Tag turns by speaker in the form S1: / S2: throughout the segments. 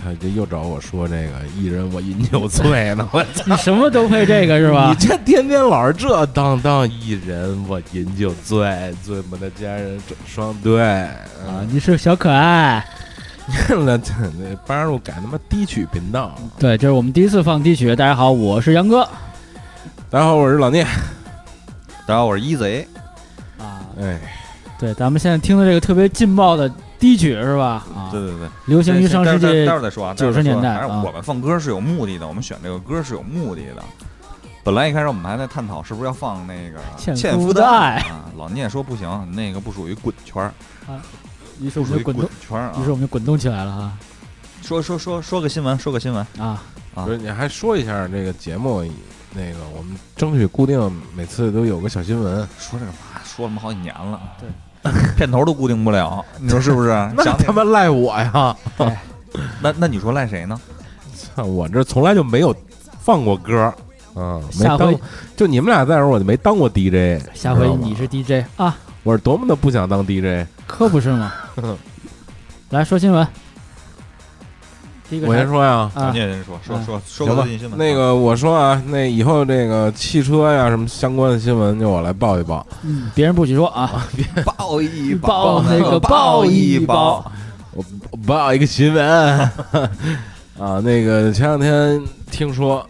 S1: 他这又找我说这个一人我饮酒醉呢，我操！
S2: 你什么都配这个是吧
S1: 你？这天天老是这当当一人我饮酒醉，醉不得佳人整双 对
S2: 啊，你是小可爱。
S1: 看了这这八十路改他妈低曲频道。
S2: 对，这是我们第一次放低曲。大家好，我是杨哥
S1: 大家好，我是老聂。
S3: 大家好，我是一贼，
S2: 啊。
S1: 哎，
S2: 对，咱们现在听的这个特别劲爆的低曲是吧？啊，
S3: 对对对，
S2: 流行于上世
S3: 待会儿
S2: 纪
S3: 待会儿再说啊，
S2: 90年代
S3: 还是
S2: 啊
S3: 我们放歌是有目的的，我们选这个歌是有目的的。本来一开始我们还在探讨是不是要放那个
S2: 纤
S3: 《
S2: 夫
S3: 纤夫
S2: 的爱
S3: 啊，老聂说不行，那个不属于滚圈儿，
S2: 于是我们
S3: 不属
S2: 就
S3: 于
S2: 滚动，
S3: 圈儿啊
S2: 于是。我们就滚动起来了哈
S3: 说说说说个新闻，说个新闻，
S2: 啊！
S3: 啊
S1: 不是，你还说一下这个节目，那个我们争取固定每次都有个小新闻。
S3: 说这个嘛？说他妈好几年了，
S2: 对，
S3: 片头都固定 不了，你说是不是？
S1: 那
S3: 想
S1: 他妈赖我呀！
S3: 那那你说赖谁呢？
S1: 操， 我这从来就没有放过歌，嗯，没
S2: 下回
S1: 当，就你们俩在的时候，我就没当过 DJ。
S2: 下回
S1: 知道吗
S2: 你是 DJ 啊，
S1: 我是多么的不想当 DJ，
S2: 可不是吗？来说新闻，第一个
S1: 我先
S2: 啥
S1: 说呀。
S3: 老
S2: 啊，
S3: 聂先说说
S2: 啊
S3: 说说
S1: 行
S3: 个
S1: 吧
S3: 最近新，闻。
S1: 那 个我说啊，那以后这个汽车呀什么相关的新闻，就我来报一报。
S2: 嗯别人不许说啊，
S3: 抱一
S2: 抱那个
S3: 抱
S2: 抱一
S3: 抱
S2: 抱，
S1: 我我报一个新闻 啊，那个前两天听说，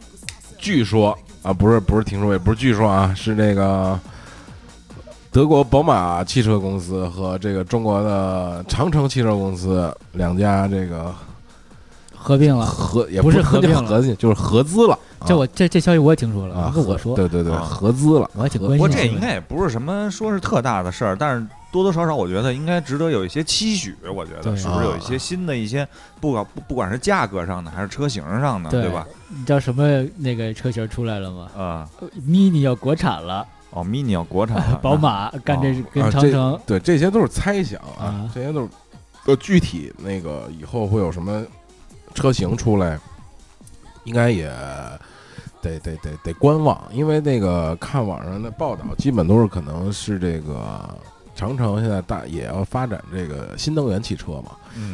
S1: 据说啊，不是不是听说，也不是据说啊，是那个德国宝马汽车公司和这个中国的长城汽车公司两家这个
S2: 合并
S3: 啊
S2: 了。
S1: 合也
S2: 不是
S1: 合
S2: 合并了
S1: 合计就是合资了啊
S2: 这我这这消息我也听说了，
S1: 啊
S2: 你跟我说，
S1: 对对对，
S3: 啊
S1: 合资了。
S2: 我还挺
S3: 不
S2: 关
S3: 过
S2: 心。
S3: 这应该也不是什么说是特大的事儿，但是多多少少我觉得应该值得有一些期许。我觉
S2: 对哦
S3: 得是不是有一些新的一些不管不不管是价格上的还是车型上的，
S2: 对
S3: 对吧？
S2: 你知道什么那个车型出来了吗
S3: 啊、
S1: 呃
S2: ？mini 要国产了，
S3: 哦，mini 要国产了，
S2: 宝马干这跟
S1: 啊
S2: 长
S1: 这
S2: 城
S1: 对，这些都是猜想啊
S2: 啊，
S1: 这些都是呃具体那个以后会有什么车型出来，应该也得得得得观望，因为那个看网上的报道，基本都是可能是这个长城现在大也要发展这个新能源汽车嘛，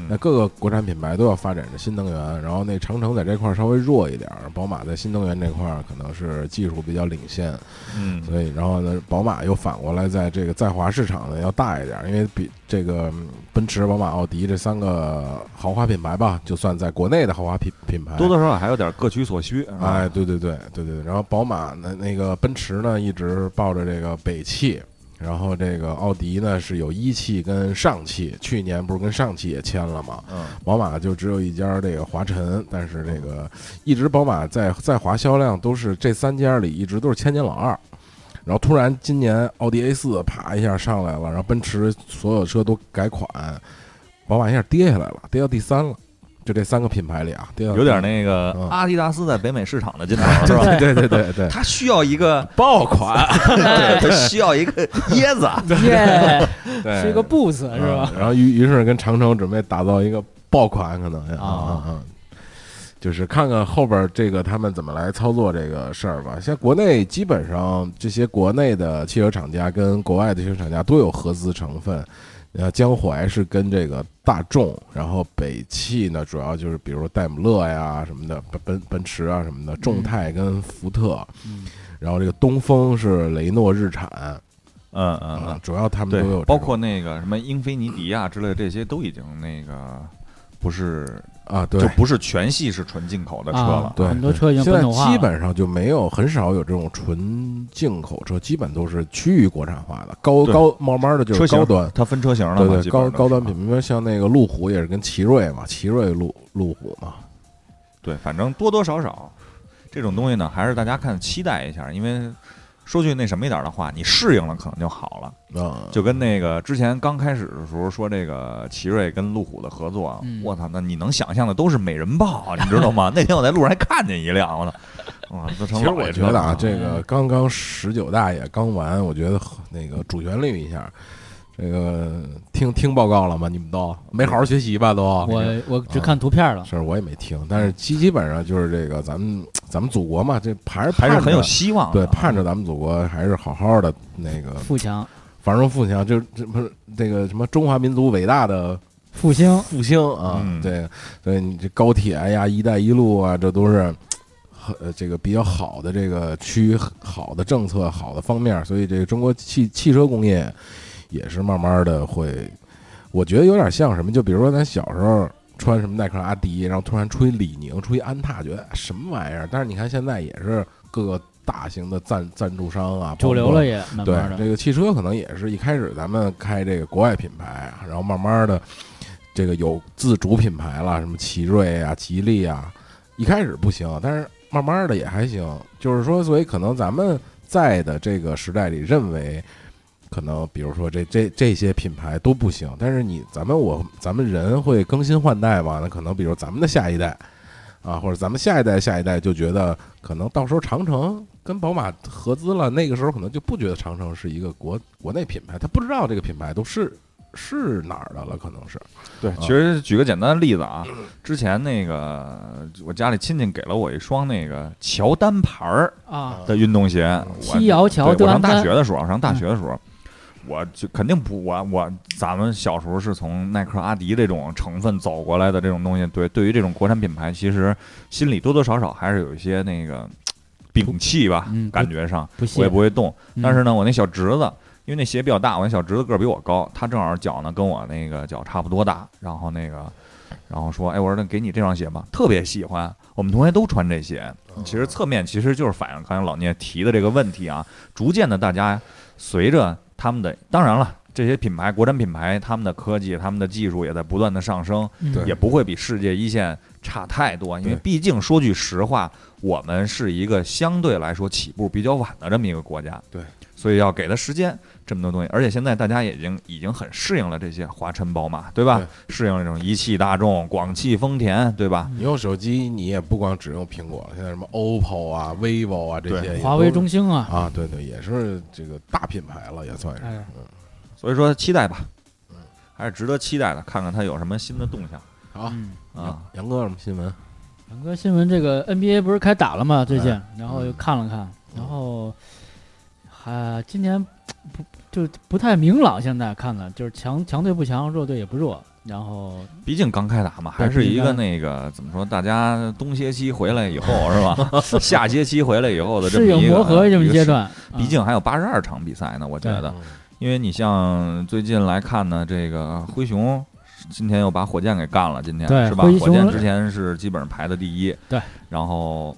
S1: 那
S2: 呃
S3: 嗯，
S1: 各个国产品牌都要发展这新能源，然后那长城在这块儿稍微弱一点儿，宝马在新能源这块儿可能是技术比较领先，
S3: 嗯
S1: 所以，然后呢，宝马又反过来在这个在华市场呢要大一点儿，因为比这个嗯奔驰、宝马、奥迪这三个豪华品牌吧，就算在国内的豪华品品牌，
S3: 多多少少还有点各取所需。是吧
S1: 哎，，对对对对对。然后宝马呢，那个奔驰呢，一直抱着这个北汽，然后这个奥迪呢是有一汽跟上汽，去年不是跟上汽也签了吗？
S3: 嗯，
S1: 宝马就只有一家这个华晨，但是这个一直宝马在在华销量都是这三家里一直都是千年老二。然后突然今年奥迪 A 四啪一下上来了，然后奔驰所有车都改款，宝马一下跌下来了，跌到第三了。就这三个品牌里啊，跌到
S3: 有 点那个
S1: 嗯
S3: 阿迪达斯在北美市场的劲头，是吧？
S1: 对对对对
S3: 它需要一个，
S1: 爆款，
S3: 对，它需要一个椰子。
S2: 耶，
S1: 对
S2: 是一个
S3: 哎
S2: boost
S1: 嗯
S2: 是
S3: 啊
S2: 吧？
S1: 然后于于是跟长城准备打造一个爆款，可能
S2: 啊
S1: 嗯嗯就是看看后边这个他们怎么来操作这个事儿吧。像国内基本上这些国内的汽车厂家跟国外的汽车厂家都有合资成分。呃，江淮是跟这个大众，然后北汽呢，主要就是比如说戴姆勒呀什么的，奔奔奔驰啊什么的，众泰跟福特，
S2: 嗯
S1: 然后这个东风是雷诺、日产
S3: 嗯
S1: 啊、
S3: 嗯嗯，
S1: 主要他们
S3: 对
S1: 都有这，种，
S3: 包括那个什么英菲尼迪啊之类的，这些都已经那个不是
S1: 啊，对
S3: 就，不是全系是纯进口的车
S2: 啊
S3: 了。
S1: 对，
S2: 很多
S1: 对
S2: 车已经
S1: 现在
S2: 本土化
S1: 基
S2: 了
S1: 本上就没有很少有这种纯进口车，基本都是趋于国产化的，高
S3: 对
S1: 高慢慢的就
S3: 车
S1: 是
S3: 型
S1: 高端，
S3: 它分车型了嘛，
S1: 对
S3: 基
S1: 对，高
S3: 本上
S1: 高端
S3: 是
S1: 品。牌，像那个路虎也是跟奇瑞嘛，奇瑞路路虎嘛，
S3: 啊对，反正多多少少这种东西呢，还是大家看期待一下，因为说句那什么一点的话，你适应了可能就好了。
S1: 啊，
S3: 就跟那个之前刚开始的时候说这个奇瑞跟路虎的合作啊
S2: 嗯，
S3: 我操，那你能想象的都是美人豹，你知道吗？ 那天我在路上还看见一辆，我操，哇，都成
S1: 其实
S3: 老
S1: 我
S3: 爷
S1: 觉
S3: 车
S1: 得
S3: 了
S1: 啊，这个刚刚十九大也刚完，我觉得呵那个主旋律一下，这个听听报告了吗？你们都没好好学习吧？都
S2: 我我
S3: 啊
S2: 只看图片了，
S1: 是我也没听，但是基基本上就是这个咱们咱们祖国嘛，这还是
S3: 还是
S1: 盼
S3: 很有
S1: 着
S3: 希望的
S1: 对，
S3: 啊。
S1: 盼着咱们祖国还是好好的那个
S2: 富强
S1: 啊繁荣富强，就是这不是这个什么中华民族伟大的
S2: 复兴
S1: 复兴啊，
S3: 嗯
S1: 对，所以你这高铁呀、“一带一路”啊，这都是呃这个比较好的这个区好的政策、好的方面，所以这个中国汽汽车工业也是慢慢的会，我觉得有点像什么，就比如说咱小时候。穿什么耐克、阿迪，然后突然吹李宁、吹安踏，觉得哎什么玩意儿？但是你看现在也是各个大型的赞赞助商啊，
S2: 主流
S1: 包括
S2: 了也慢
S1: 对
S2: 慢的
S1: 这个汽车可能也是一开始咱们开这个国外品牌，然后慢慢的这个有自主品牌了，什么奇瑞啊、吉利啊，一开始不行，但是慢慢的也还行。就是说，所以可能咱们在的这个时代里认为。可能比如说这这这些品牌都不行，但是你咱们我咱们人会更新换代嘛？那可能比如咱们的下一代啊，或者咱们下一代下一代就觉得可能到时候长城跟宝马合资了，那个时候可能就不觉得长城是一个国国内品牌，他不知道这个品牌都是是哪儿的了，可能是
S3: 对，其实举个简单的例子啊，之前那个我家里亲戚给了我一双那个乔丹牌儿
S2: 啊，
S3: 的运动鞋，我
S2: 西瑶桥
S3: 对
S2: 德
S3: 我上
S2: 安
S3: 大
S2: 丹嗯
S3: 学的时候，我上大学的时候，我就肯定不，我我咱们小时候是从耐克、阿迪这种成分走过来的这种东西，对，对于这种国产品牌，其实心里多多少少还是有一些那个摒弃吧，
S2: 嗯
S3: 感觉上
S2: 不屑
S3: 我也不会动。
S2: 嗯
S3: 但是呢，我那小侄子，因为那鞋比较大，我那小侄子个儿比我高，他正好脚呢跟我那个脚差不多大，然后那个，然后说，哎，我说那给你这双鞋吧，特别喜欢，我们同学都穿这鞋。其实侧面其实就是反映刚才老聂提的这个问题啊，逐渐的大家随着他们的，当然了。这些品牌，国产品牌，他们的科技、他们的技术也在不断的上升，
S2: 嗯
S1: 对
S3: 也不会比世界一线差太多，因为
S1: 对
S3: 毕竟说句实话，我们是一个相对来说起步比较晚的这么一个国家，
S1: 对，
S3: 所以要给的时间这么多东西，而且现在大家也已经已经很适应了这些华晨宝马，对吧？适应了这种一汽大众、广汽丰田，对吧？
S1: 你用手机你也不光只用苹果了，现在什么 OPPO 啊、vivo 啊这些也都是，
S2: 华为、中兴啊，
S1: 啊，对对，也是这个大品牌了，也算是。
S2: 哎呀
S1: 嗯
S3: 所以说期待吧，还是值得期待的，看看它有什么新的动向
S1: 好
S2: 嗯。
S3: 啊。
S1: 杨哥有什么新闻？
S2: 杨哥新闻这个 NBA 不是开打了
S3: 哎
S2: 吗？最近，然后
S1: 嗯
S2: 又看了看，然后还、今年不就不太明朗，现在看看就是强强队不强，弱队也不弱，然后
S3: 毕竟刚开打嘛，
S2: 对
S3: 还是一
S2: 毕
S3: 个
S2: 竟
S3: 那个怎么说？大家冬歇期回来以后是吧？夏歇期回来以后的这
S2: 适
S3: 么一
S2: 应
S3: 个
S2: 磨合这么一阶，段，
S3: 一个毕
S2: 啊
S3: 竟还有八十二场比赛呢。我觉得，
S1: 嗯
S3: 因为你像最近来看呢，这个灰熊今天又把火箭给干了，今天
S2: 对
S3: 是吧？
S2: 灰
S3: 火
S2: 熊
S3: 箭之前是基本上排的第一，
S2: 对，
S3: 然后。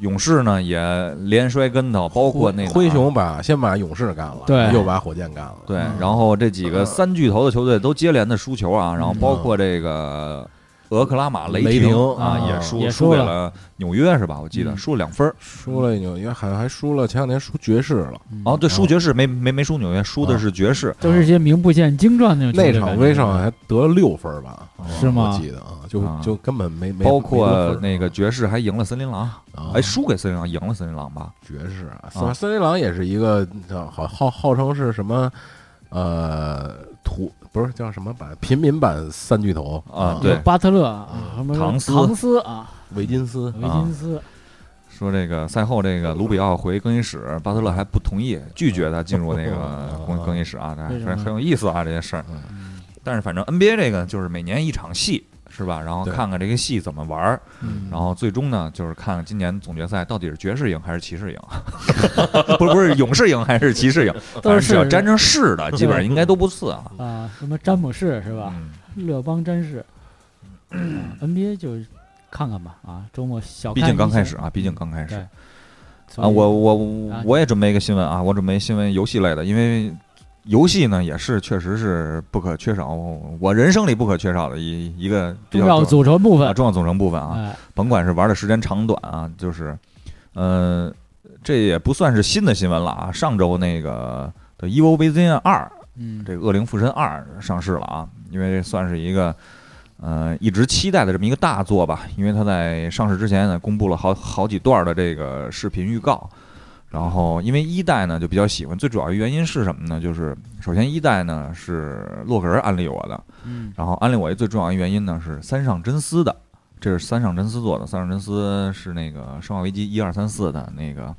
S3: 勇士呢也连摔跟头，包括那个
S1: 灰熊把先把勇士干了，
S2: 对
S1: 又把火箭干了，
S3: 对，
S2: 嗯
S3: 然后这几个三巨头的球队都接连的输球啊，然后
S2: 嗯
S3: 包括这个俄克拉玛
S1: 雷
S3: 霆
S1: 霆
S3: 啊
S1: 啊
S3: 也输
S2: 也
S3: 输
S2: 输
S3: 给
S2: 了
S3: 了纽约是吧？我记得
S2: 嗯
S3: 输了两分儿。
S1: 输了纽约，好像还输了前两年输爵士了，
S2: 嗯
S3: 哦，对，输爵士没没没输纽约，输的是爵士。
S2: 都是一些名不见经传那种球
S1: 那
S2: 队
S1: 场
S2: 感觉嗯
S1: 威少还得了六分吧？
S2: 是吗
S1: 我记得啊，就
S3: 哦啊
S1: 就根本没没
S3: 包
S1: 没
S3: 括
S1: 得分
S3: 那个爵士还赢了森林狼，
S1: 啊
S3: 哎，输给森林狼，赢了森林狼吧？
S1: 爵士啊，森森林狼也是一个叫好号号称是什么呃土不是叫什么版平民版三巨头
S3: 啊
S2: 有
S3: 对嗯
S2: 巴特勒啊，什么
S3: 唐斯
S2: 唐斯啊，
S1: 维金斯
S2: 维金斯，
S3: 说这个赛后这个卢比奥回更衣室，巴特勒还不同意，拒绝他进入那个更更衣室啊，但
S2: 为
S3: 是
S2: 什么
S3: 很有意思啊这些事儿。
S2: 嗯
S3: 但是反正 NBA 这个就是每年一场戏是吧？然后
S1: 对
S3: 看看这个戏怎么玩儿，
S2: 嗯
S3: 然后最终呢，就是看看今年总决赛到底是爵士赢还是骑 士赢，不是不是勇士赢还是骑士赢，
S2: 都
S3: 反
S2: 是
S3: 正只要沾上士的，基本上应该都不次啊。
S2: 啊，什么詹姆士是吧？
S3: 嗯，
S2: 勒邦詹士、嗯 NBA 就看看吧啊，周末小
S3: 毕
S2: 看
S3: 竟
S2: 一
S3: 刚开
S2: 下
S3: 始啊，毕竟刚开始
S2: 对
S3: 啊。我我我
S2: 啊
S3: 我也准备一个新闻啊，我准备新闻游戏类的，因为游戏呢也是确实是不可缺少，我我人生里不可缺少的一一个比
S2: 重要
S3: 较重
S2: 组成部分
S3: 啊，重要组成部分啊。
S2: 哎，
S3: 甭管是玩的时间长短啊，就是，呃，这也不算是新的新闻了啊。上周那个的《Evil E Within 二》，
S2: 嗯，
S3: 这个《恶灵附身二》上市了啊，因为这算是一个，呃，一直期待的这么一个大作吧。因为它在上市之前呢，公布了好好几段的这个视频预告。然后，因为一代呢就比较喜欢，最主要的原因是什么呢？就是首先一代呢是洛克人安利我的，
S2: 嗯
S3: 然后安利我最重要的原因呢是三上真司的，这是三上真司做的。三上真司是那个《生化危机》一二三四的那个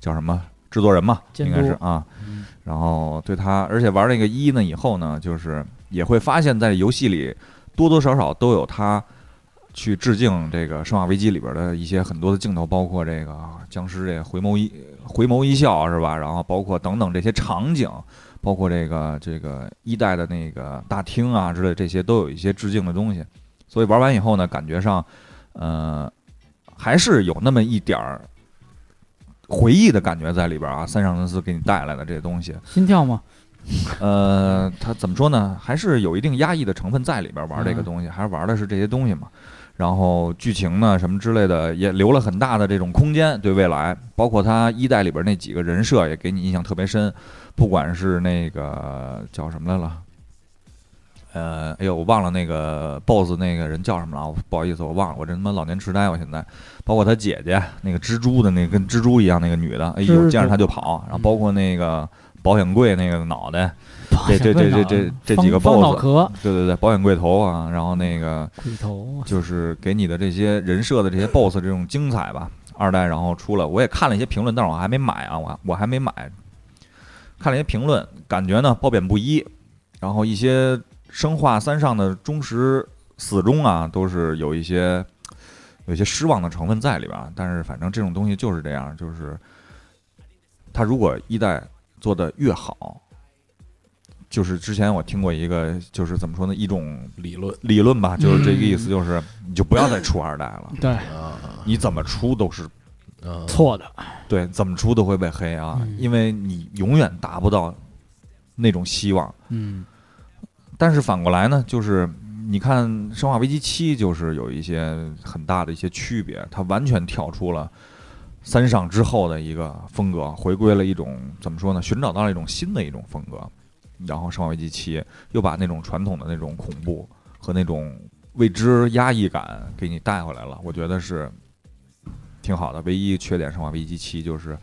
S3: 叫什么制作人嘛，
S2: 监
S3: 应
S2: 督
S3: 该是啊。
S2: 嗯
S3: 然后对他，而且玩那个一呢以后呢，就是也会发现，在游戏里多多少少都有他去致敬这个《生化危机》里边的一些很多的镜头，包括这个僵尸这回眸一回眸一笑是吧？然后包括等等这些场景，包括这个这个一代的那个大厅啊之类，这些都有一些致敬的东西。所以玩完以后呢，感觉上，呃，还是有那么一点儿回忆的感觉在里边儿啊。三上真司给你带来的这些东西，
S2: 心跳吗？
S3: 呃，它怎么说呢？还是有一定压抑的成分在里边儿。玩这个
S2: 嗯
S3: 东西，还是玩的是这些东西嘛。然后剧情呢，什么之类的，也留了很大的这种空间对未来。包括它一代里边那几个人设，也给你印象特别深。不管是那个叫什么来了，呃，哎呦，我忘了那个 BOSS 那个人叫什么了，我不好意思，我忘了，我这他妈老年痴呆，我现在。包括他姐姐那个蜘蛛的那个跟蜘蛛一样那个女的，哎
S2: 蜘
S3: 呦，
S2: 蛛
S3: 见着他就跑。然后包括那个保险柜那个脑袋，这这这这这这几个
S2: 方方脑
S3: boss
S2: 壳、
S3: 对对对，保险柜头啊，然后那个
S2: 鬼头，
S3: 就是给你的这些人设的这些 BOSS 这种精彩吧。二代然后出了，我也看了一些评论，但是我还没买啊，我还我还没买，看了一些评论，感觉呢褒贬不一。然后一些生化三上的忠实死忠啊，都是有一些有一些失望的成分在里边儿。但是反正这种东西就是这样，就是他如果一代做的越好，就是之前我听过一个，就是怎么说呢，一种
S1: 理论
S3: 理论吧，就是这个意思，
S2: 嗯
S3: 就是你就不要再出二代了，
S2: 对，
S1: 啊
S3: 你怎么出都是
S1: 啊，
S2: 错的，
S3: 对，怎么出都会被黑啊，
S2: 嗯
S3: 因为你永远达不到那种希望。
S2: 嗯，
S3: 但是反过来呢，就是你看《生化危机七》，就是有一些很大的一些区别，它完全跳出了三上之后的一个风格，回归了一种怎么说呢？寻找到了一种新的一种风格。然后《生化危机七》又把那种传统的那种恐怖和那种未知压抑感给你带回来了，我觉得是挺好的。唯一缺点，《生化危机七》就是。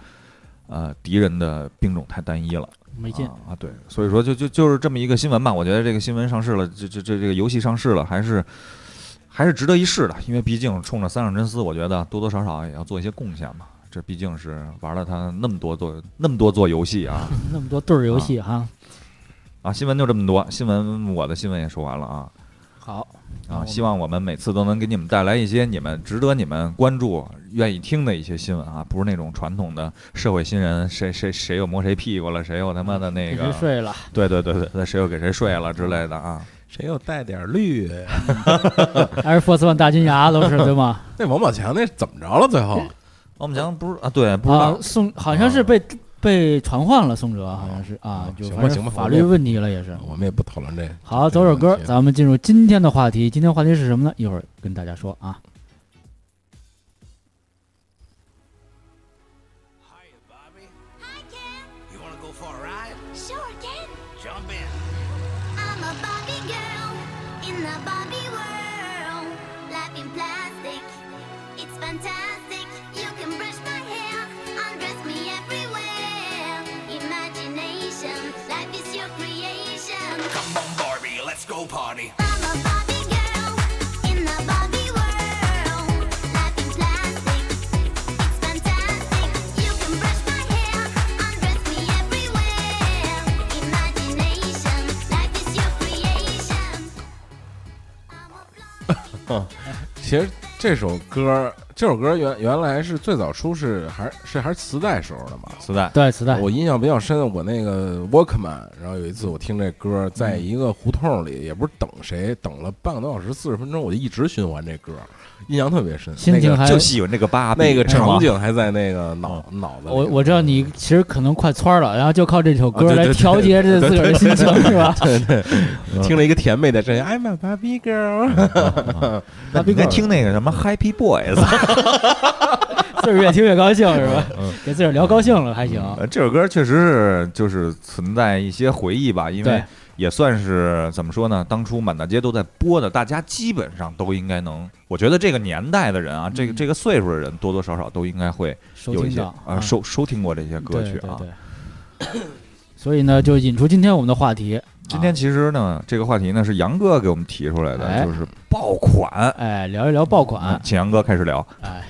S3: 呃，敌人的兵种太单一了，
S2: 没劲，
S3: 啊啊，对，所以说就就就是这么一个新闻吧。我觉得这个新闻上市了，这这这这个游戏上市了，还是还是值得一试的，因为毕竟冲着三上真司，我觉得多多少少也要做一些贡献嘛。这毕竟是玩了他那么多做那么多做游戏啊
S2: 那么多对儿游戏哈。
S3: 啊！新闻就这么多，新闻我的新闻也说完了啊
S2: 好，
S3: 啊！希望我们每次都能给你们带来一些你们值得你们关注、愿意听的一些新闻啊，不是那种传统的社会新人，谁谁谁又摸谁屁股了，谁又他妈的那
S2: 给
S3: 个
S2: 谁睡了？
S3: 对对对对，那谁又给谁睡了之类的啊？
S1: 谁又带点绿？
S2: Air Force One 大金牙都是对吗？
S1: 那王宝强那怎么着了？最后
S3: 嗯王宝强不是啊？对，不知道
S2: 啊，宋好像是被被传唤了，宋哲好像是啊
S1: 啊，
S2: 就
S1: 行吧
S2: 反
S1: 行
S2: 正
S1: 吧
S2: 法
S1: 我
S2: 律
S1: 也
S2: 问题了也是。
S1: 我们也不讨论这。
S2: 好，
S1: 这
S2: 走
S1: 个
S2: 首
S1: 问
S2: 歌，
S1: 题啊
S2: 咱们进入今天的话题。今天话题是什么呢？一会儿跟大家说啊。
S4: Hiya, Bobby. Hi, Ken. You want to go for a ride?
S5: Sure, Ken.
S4: Jump in.
S5: I'm a Barbie girl in the Barbie world. Life in plastic, it's fantastic. You can brush my hair, undress me everywhere. Imagination, life is your creation.
S4: Come on, Barbie, let's go party.
S5: I'm a Barbie girl in the Barbie world. Life in plastic, it's fantastic. You can brush my hair, undress me everywhere. Imagination, life is your creation. I'm a blonde.
S1: 其实这首歌，这首歌原原来是最早出是还是是还是磁带时候的嘛？
S3: 磁带，
S2: 对，磁带，
S1: 我印象比较深，我那个 Walkman，然后有一次我听这歌，在
S2: 嗯
S1: 一个胡同里，也不是等谁，等了半个多小时，四十分钟，我就一直循环这歌，印象特别深。
S2: 心情
S1: 那个
S2: 还嗯
S3: 就喜欢这个芭比
S1: 那个
S3: 是吗
S1: 场景还在那个脑脑子里。
S2: 我我知道你其实可能快窜了，然后就靠这首歌
S1: 啊对对
S2: 来
S1: 对
S2: 调节这自个儿的心情是吧？嗯
S1: 听了一个甜美的声音，I'm a Barbie girl。
S2: 嗯
S3: 那你应该听那个什么 Happy Boys，啊
S2: 自个儿越听越高
S3: 嗯
S2: 兴是吧？给自个儿聊高兴了还行。
S3: 呃这首歌确实是就是存在一些回忆吧，因为
S2: 对
S3: 也算是怎么说呢，当初满大街都在播的，大家基本上都应该能，我觉得这个年代的人啊，这个
S2: 嗯
S3: 这个岁数的人多多少少都应该会
S2: 收
S3: 有一
S2: 听
S3: 些
S2: 到嗯
S3: 啊收收听过这些歌曲啊
S2: 对。对对 所以呢，就引出今天我们的话题。
S3: 今天
S2: 啊
S3: 其实呢，这个话题呢是杨哥给我们提出来的，
S2: 哎
S3: 就是爆款，
S2: 哎，聊一聊爆款。
S3: 请杨啊哥开始聊
S2: 哎，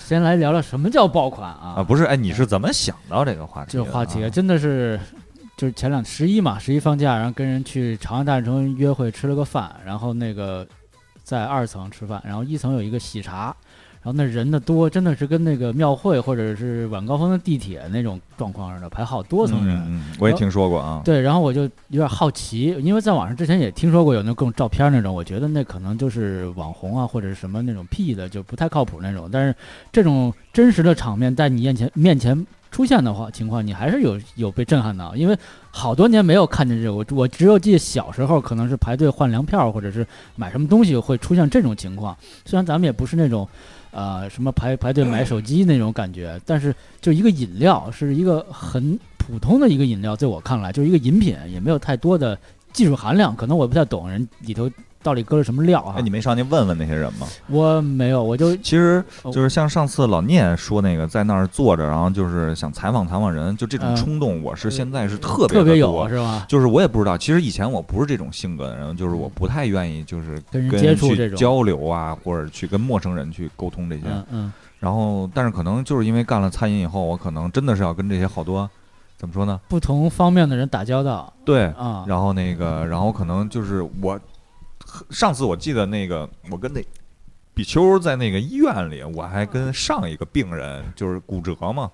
S2: 先来聊聊什么叫爆款啊？
S3: 啊，不是，哎，你是怎么想到这个话题
S2: 这
S3: 的
S2: 个
S3: 啊？
S2: 话题真的是就是前两十一嘛，十一放假，然后跟人去长安大悦城约会吃了个饭，然后那个在二层吃饭，然后一层有一个喜茶，然后那人的多，真的是跟那个庙会或者是晚高峰的地铁那种状况似的，排好多层人。
S3: 嗯，嗯我也听说过啊。
S2: 对，然后我就有点好奇，因为在网上之前也听说过有那种各种照片那种，我觉得那可能就是网红啊或者什么那种 P 的，就不太靠谱那种。但是这种真实的场面在你眼前面前出现的话情况，你还是有有被震撼到，因为好多年没有看见这个，我我只有记得小时候可能是排队换粮票或者是买什么东西会出现这种情况。虽然咱们也不是那种。呃，什么排排队买手机那种感觉，但是就一个饮料，是一个很普通的一个饮料，在我看来就是一个饮品，也没有太多的技术含量。可能我不太懂人里头到底搁了什么料啊
S3: 哎，。你没上去问问那些人吗？
S2: 我没有，我就
S3: 其实
S2: 哦
S3: 就是像上次老聂说那个，在那儿坐着，然后就是想采访采访人，就这种
S2: 嗯
S3: 冲动，我是现在是特别
S2: 特别
S3: 的多
S2: 有啊是吧？
S3: 就是我也不知道，其实以前我不是这种性格的人，就是我不太愿意就是
S2: 跟人嗯
S3: 跟
S2: 接
S3: 人
S2: 触这
S3: 去
S2: 种
S3: 交流啊，或者去跟陌生人去沟通这些。
S2: 嗯嗯，
S3: 然后，但是可能就是因为干了餐饮以后，我可能真的是要跟这些好多怎么说呢？
S2: 不同方面的人打交道
S3: 对，
S2: 啊，
S3: 然后那个，然后可能就是我上次我记得那个，我跟那比丘在那个医院里，我还跟上一个病人就是骨折嘛，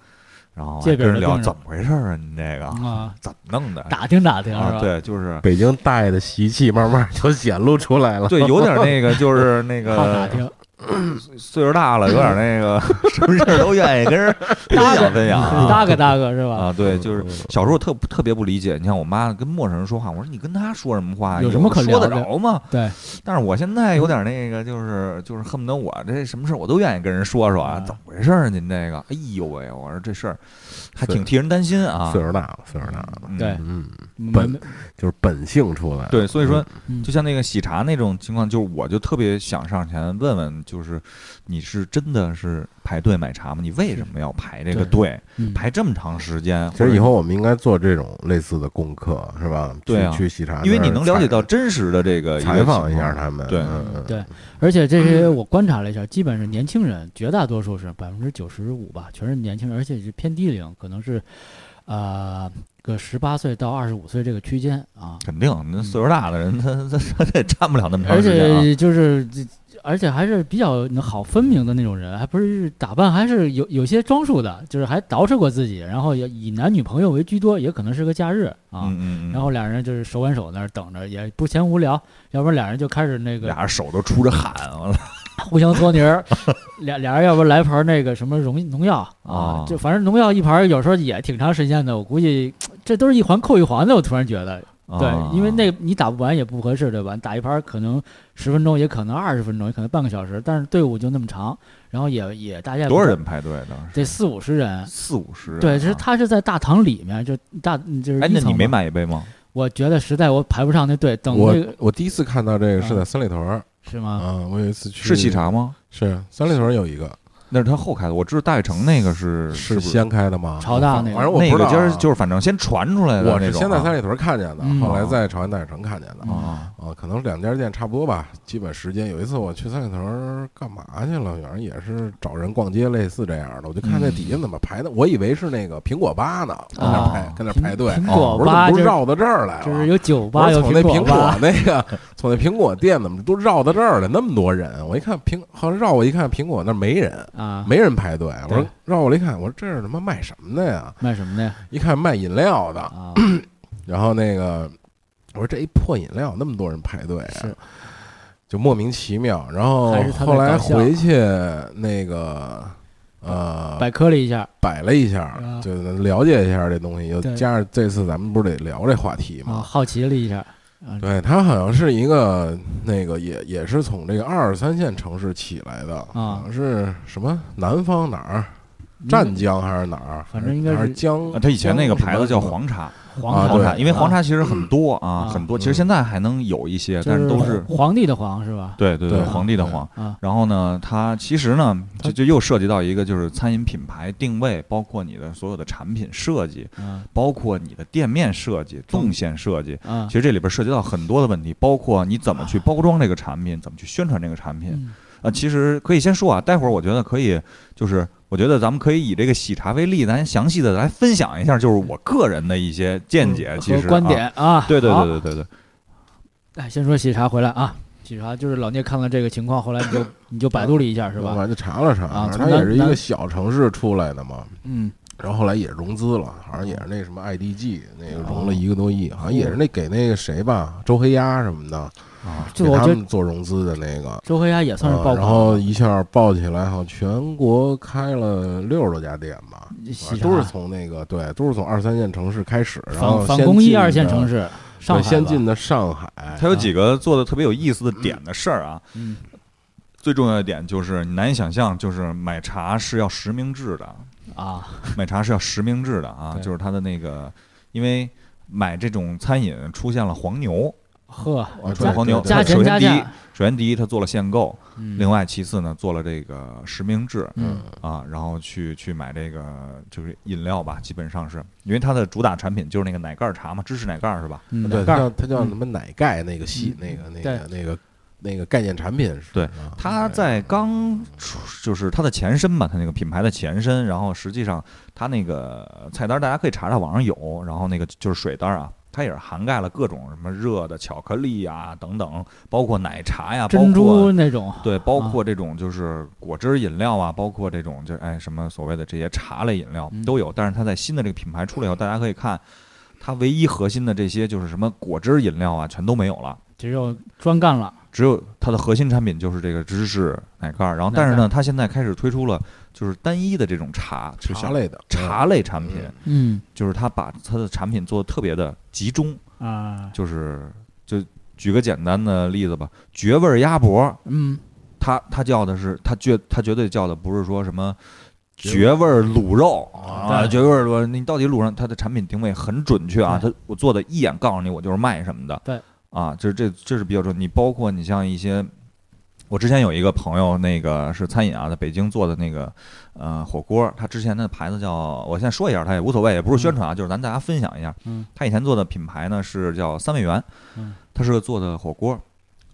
S3: 然后还
S2: 借
S3: 跟
S2: 给
S3: 人
S2: 了
S3: 聊
S2: 病人
S3: 怎么回事儿啊？你这个
S2: 啊
S3: 怎么弄的？
S2: 打听打听是
S3: 啊，
S2: 吧？
S3: 对，就是
S1: 北京大爷的习气慢慢就显露出来了。
S3: 对，有点那个，就是那
S2: 好打
S3: 个
S2: 听，
S3: 岁数大了，有点 那个什么事儿都愿意跟人分享分享
S2: 搭
S3: 啊。
S2: 个搭个是吧？
S3: 啊，对，
S2: 嗯
S3: 就是小时候特特别不理解，你像我妈跟陌生人说话，我说你跟他说什么话呀，
S2: 有什么可
S3: 说得
S2: 聊的
S3: 着吗？
S2: 对，
S3: 但是我现在有点那个，就是就是恨不得我这什么事儿我都愿意跟人说说啊，
S2: 啊
S3: 怎么回事儿啊？您这个，哎呦喂，我说这事儿还
S1: 岁
S3: 挺替人担心啊
S1: 岁。数大了，岁数大了，
S3: 嗯
S2: 对
S1: 嗯，
S2: 没
S1: 本
S2: 没
S1: 就是本性出来了。
S3: 对，所以说
S2: 嗯
S3: 就像那个喜茶那种情况，就是我就特别想上前问问，就是你是真的是排队买茶吗？你为什么要排这个队，
S2: 嗯
S3: 排这么长时间？
S1: 其实以后我们应该做这种类似的功课，是吧？
S3: 对啊
S1: 去去喜茶那
S3: 或
S1: 儿
S3: 者，
S1: 采，
S3: 因为你能了解到真实的这个
S1: 采访一下
S3: 他，
S1: 他们，
S3: 对
S1: 嗯
S2: 对而且这些我观察了一下，基本是年轻人，绝大多数是百分之九十五吧，全是年轻人，而且是偏低龄，可能是，呃，个十八岁到二十五岁这个区间啊。
S3: 肯定那岁数大的人，他他他他也站不了那么
S2: 而
S3: 长时间啊。
S2: 且就是，而且还是比较能好分明的那种人，还不是打扮还是有有些装束的，就是还捯饬过自己，然后也以男女朋友为居多，也可能是个假日啊。
S3: 嗯嗯嗯，
S2: 然后俩人就是手挽手那儿等着，也不嫌无聊，要不然俩人就开始那个
S3: 俩人手都出着汗，完了
S2: 互相搓泥儿，俩俩人要不来盘那个什么农农药啊
S3: 哦，
S2: 就反正农药一盘有时候也挺长时间的，我估计这都是一环扣一环的，我突然觉得，
S3: 啊
S2: 对，因为那你打不完也不合适，对吧？你打一盘可能十分钟，也可能二十分钟，也可能半个小时，但是队伍就那么长，然后也也大家也不
S3: 多少？人排队当时？
S2: 得四五十人。
S3: 四五十人啊。
S2: 对，其实他是在大堂里面，就大就是
S3: 哎，
S2: 一
S3: 那
S2: 层
S3: 你没
S2: 嘛？
S3: 买一杯吗？
S2: 我觉得实在我排不上那队，等
S1: 我
S2: 那个啊
S1: 我第一次看到这个是在三里屯儿，
S2: 是吗？
S1: 嗯，我有一次去
S3: 是喜，茶吗？
S1: 是三里屯儿有一个
S3: 那是他后开的，我知道大悦城那个是
S1: 是
S3: 不是
S1: 先开的吗？
S2: 朝大那个
S1: 反正我不
S3: 那
S1: 知
S3: 个
S1: 道啊
S3: 今儿就是反正先传出来的
S1: 我
S3: 那
S1: 是
S3: 种啊。
S1: 先在三里屯儿看见的，
S2: 嗯
S1: 后来在朝阳大悦城看见的。
S2: 嗯
S3: 啊，
S1: 啊，可能两家店差不多吧，基本时间。有一次我去三里屯儿干嘛去了？反正也是找人逛街，类似这样的。我就看那
S3: 嗯
S1: 底下怎么排的，我以为是那个苹果吧呢，跟那儿排
S3: 哦
S1: 跟那儿排队。
S2: 苹苹
S3: 哦
S1: 我说怎
S2: 果吧
S1: 么都
S2: 就是
S1: 绕到这儿来了？
S2: 就是有酒
S1: 我
S2: 吧，
S1: 说
S2: 有
S1: 从那苹
S2: 吧
S1: 果，那个，从那苹果店怎么都绕到这儿了？那么多人，我一看苹，好像绕我一看苹果那儿没人，
S2: 啊，
S1: 没人排队。我说
S2: 对
S1: 绕过来一看，我说这是他妈卖什么的呀？
S2: 卖什么的呀？
S1: 一看卖饮料的，
S2: 啊，
S1: 然后那个我说这一破饮料那么多人排队啊
S2: 是，
S1: 就莫名其妙。然后
S2: 还是他在
S1: 后来
S2: 搞笑
S1: 回去那个呃
S2: 百科了一下
S1: 摆了一下
S2: 啊，
S1: 就了解一下这东西，又
S2: 对
S1: 加上这次咱们不是得聊这话题
S2: 啊，
S1: 吗？
S2: 好奇了一下，
S1: 对，它好像是一个那个也也是从这个二三线城市起来的
S2: 啊
S1: 好像是什么南方哪儿，
S2: 嗯
S1: 湛江还是哪儿？
S2: 反正应该
S1: 还
S2: 是
S1: 是江
S3: 啊，他以前那个
S1: 江
S3: 牌子叫
S1: 什么
S3: 黄茶，
S1: 啊
S2: 黄
S3: 黄
S1: 对
S3: 茶，因为黄茶其实很多
S2: 啊
S3: 啊，很多。其实
S1: 嗯
S3: 现在还能有一些，但
S2: 是
S3: 是都是
S2: 皇帝的皇是吧？
S3: 对对
S1: 对
S3: 皇帝的
S1: 对
S3: 皇
S2: 啊。
S3: 然后呢，它其实呢，就就又涉及到一个就是餐饮品牌定位，包括你的所有的产品设计，
S2: 嗯
S3: 包括你的店面设计、动线设计。
S2: 啊
S3: 其，实这里边涉及到很多的问题，包括你怎么去包装这个产品，怎么去宣传这个产品，
S2: 嗯
S3: 呃，其实可以先说啊，待会儿我觉得可以，就是我觉得咱们可以以这个喜茶为例，咱详细的来分享一下，就是我个人的一些见解，其
S2: 嗯
S3: 实、
S2: 和观点
S3: 啊，
S2: 啊，
S3: 对对
S2: 好
S3: 对对对对，
S2: 哎，先说喜茶回来啊，喜茶就是老聂看了这个情况，后来你
S1: 啊
S2: 就你就百度了一下是
S1: 要不
S2: 吧？
S1: 然就查了查，
S2: 啊
S1: 反正他
S2: 从
S1: 也
S2: 南
S1: 是一个
S2: 南
S1: 小城市出来的嘛，
S2: 嗯，
S1: 然后后来也融资了，好像也是那什么 IDG 那
S2: 哦
S1: 个融了一个多亿，好像也是那给那个谁吧，周黑鸭什么的，
S2: 就
S3: 啊
S1: 给
S2: 我
S1: 他
S2: 觉得
S1: 们做融资的那个。
S2: 周黑鸭也算是
S1: 嗯
S2: 爆
S1: 然
S2: 款，
S1: 后一下爆起来，好像全国开了六十多家店吧，
S2: 喜茶
S1: 都是从那个对，都是从二三线城市开始，然后
S2: 反反
S1: 先
S2: 攻一
S1: 进
S2: 二线
S1: 的
S2: 城，市，上
S1: 对，
S2: 海
S1: 先
S2: 吧
S1: 进的上海，
S3: 它有几个做的特别有意思的点的事儿啊，
S2: 嗯，
S3: 最重要的点就是你难以想象，就是买茶是要实名制的，
S2: 啊，
S3: 买茶是要实名制的啊，
S2: 对
S3: 就是它的那个，因为买这种餐饮出现了黄牛，
S2: 呵，
S1: 啊
S3: 出现
S1: 对
S3: 黄牛，
S1: 对
S2: 加
S3: 它首
S2: 钱加
S3: 先第一
S2: 价，
S3: 首先第一，它做了限购，
S2: 嗯
S3: 另外其次呢，做了这个实名制
S2: 嗯
S3: 啊，然后去去买这个就是饮料吧，基本上是因为它的主打产品就是那个奶盖茶嘛，芝士奶盖是吧？
S2: 嗯，
S1: 对，
S2: 奶盖
S1: 它
S2: 儿
S1: 叫它叫什么奶盖那个系那个那个那个那个概念产品是
S3: 对
S1: 啊
S3: 它在刚出，就是它的前身吧，它那个品牌的前身，然后实际上它那个呃菜单大家可以查查，网上有，然后那个就是水单啊。它也是涵盖了各种什么热的巧克力呀、等等，包括奶茶呀、包括
S2: 珍珠那种，
S3: 对，包括这种就是果汁儿饮料啊，包括这种就是哎什么所谓的这些茶类饮料
S2: 嗯
S3: 都有。但是它在新的这个品牌出来以后，大家可以看，它唯一核心的这些就是什么果汁儿饮料啊，全都没有了。
S2: 只有专干了，
S3: 只有它的核心产品就是这个芝士奶盖儿，然后但是
S2: 奶盖
S3: 呢，它现在开始推出了就是单一的这种茶，就
S1: 茶
S3: 像
S1: 类的
S3: 茶类产品，
S1: 嗯
S2: 嗯
S3: 就是它把它的产品做的特别的集中，
S2: 啊，
S3: 就是就举个简单的例子吧，绝味儿鸭脖，
S2: 嗯，
S3: 他他叫的是他绝他绝对叫的不是说什么绝味儿卤肉啊，
S2: 对
S3: 绝味儿卤，你到底卤上它的产品定位很准确啊，
S2: 对
S3: 它我做的一眼告诉你我就是卖什么的，
S2: 对
S3: 啊，就是这这是比较重要。你包括你像一些，我之前有一个朋友，那个是餐饮啊，在北京做的那个呃火锅，他之前的牌子叫，我现在说一下，他也无所谓，也不是宣传啊，就是咱大家分享一下，
S2: 嗯，
S3: 他以前做的品牌呢是叫三味园，
S2: 嗯，
S3: 他是做的火锅，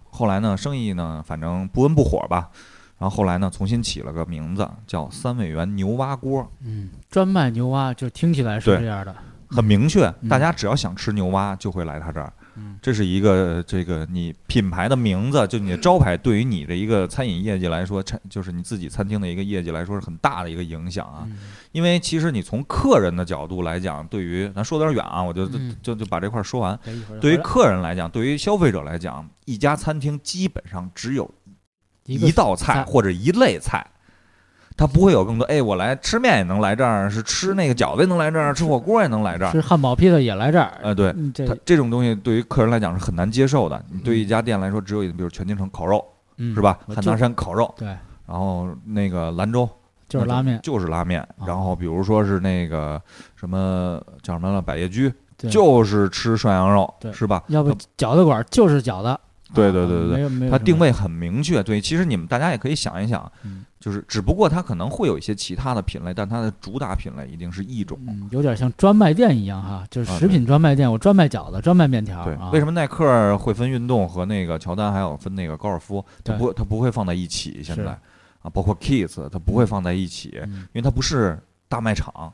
S3: 后来呢生意呢反正不温不火吧，然后后来呢重新起了个名字叫三味园牛蛙锅，
S2: 嗯，专卖牛蛙，就听起来是
S3: 对
S2: 这样的，
S3: 很明确，
S2: 嗯
S3: 大家只要想吃牛蛙就会来他这儿
S2: 嗯。
S3: 这是一个这个你品牌的名字，就你的招牌，对于你的一个餐饮业绩来说，餐就是你自己餐厅的一个业绩来说是很大的一个影响啊。
S2: 嗯
S3: 因为其实你从客人的角度来讲，对于咱说得有点远啊，我就就
S2: 嗯
S3: 就就把这块儿说完。
S2: 得一会儿
S3: 对于
S2: 回来
S3: 客人来讲，对于消费者来讲，一家餐厅基本上只有
S2: 个
S3: 一道菜
S2: 菜
S3: 或者一类菜，它不会有更多。哎，我来吃面也能来这儿，是吃那个饺子也能来这儿，吃火锅也能来这儿。
S2: 吃汉堡、披萨也来这儿，
S3: 呃，对，
S2: 嗯，这
S3: 它这种东西对于客人来讲是很难接受的。你对一家店来说，只有一比如全京城烤肉是
S2: 是
S3: 吧？
S2: 嗯我嗯
S3: 汉
S2: 就
S3: 唐山烤肉，
S2: 对，
S3: 然后那个兰州
S2: 就是拉面，哦
S3: 就是拉面。然后比如说是那个什么叫什么了，百叶居
S2: 对
S3: 就是吃涮羊肉
S2: 对嗯
S3: 是吧？
S2: 要不
S3: 它
S2: 饺子馆就是饺子，嗯
S3: 对对对对对
S2: 没有没有
S3: 它
S2: 什么
S3: 定位很明确，对，其实你们大家也可以想一想
S2: 嗯，
S3: 就是只不过它可能会有一些其他的品类，但它的主打品类一定是一种。
S2: 嗯，有点像专卖店一样哈，就是
S3: 啊
S2: 食
S3: 对
S2: 品专卖店，我专卖饺子，专卖面条
S3: 对
S2: 啊。，
S3: 为什
S2: 么？
S3: 么耐克儿会分运动和那个乔丹还有分那个高尔夫，它
S2: 对
S3: 不它不会放在一起，现
S2: 是
S3: 在啊，包括 Kids 它不会放在一起，因
S2: 嗯，
S3: 为它不是大卖场。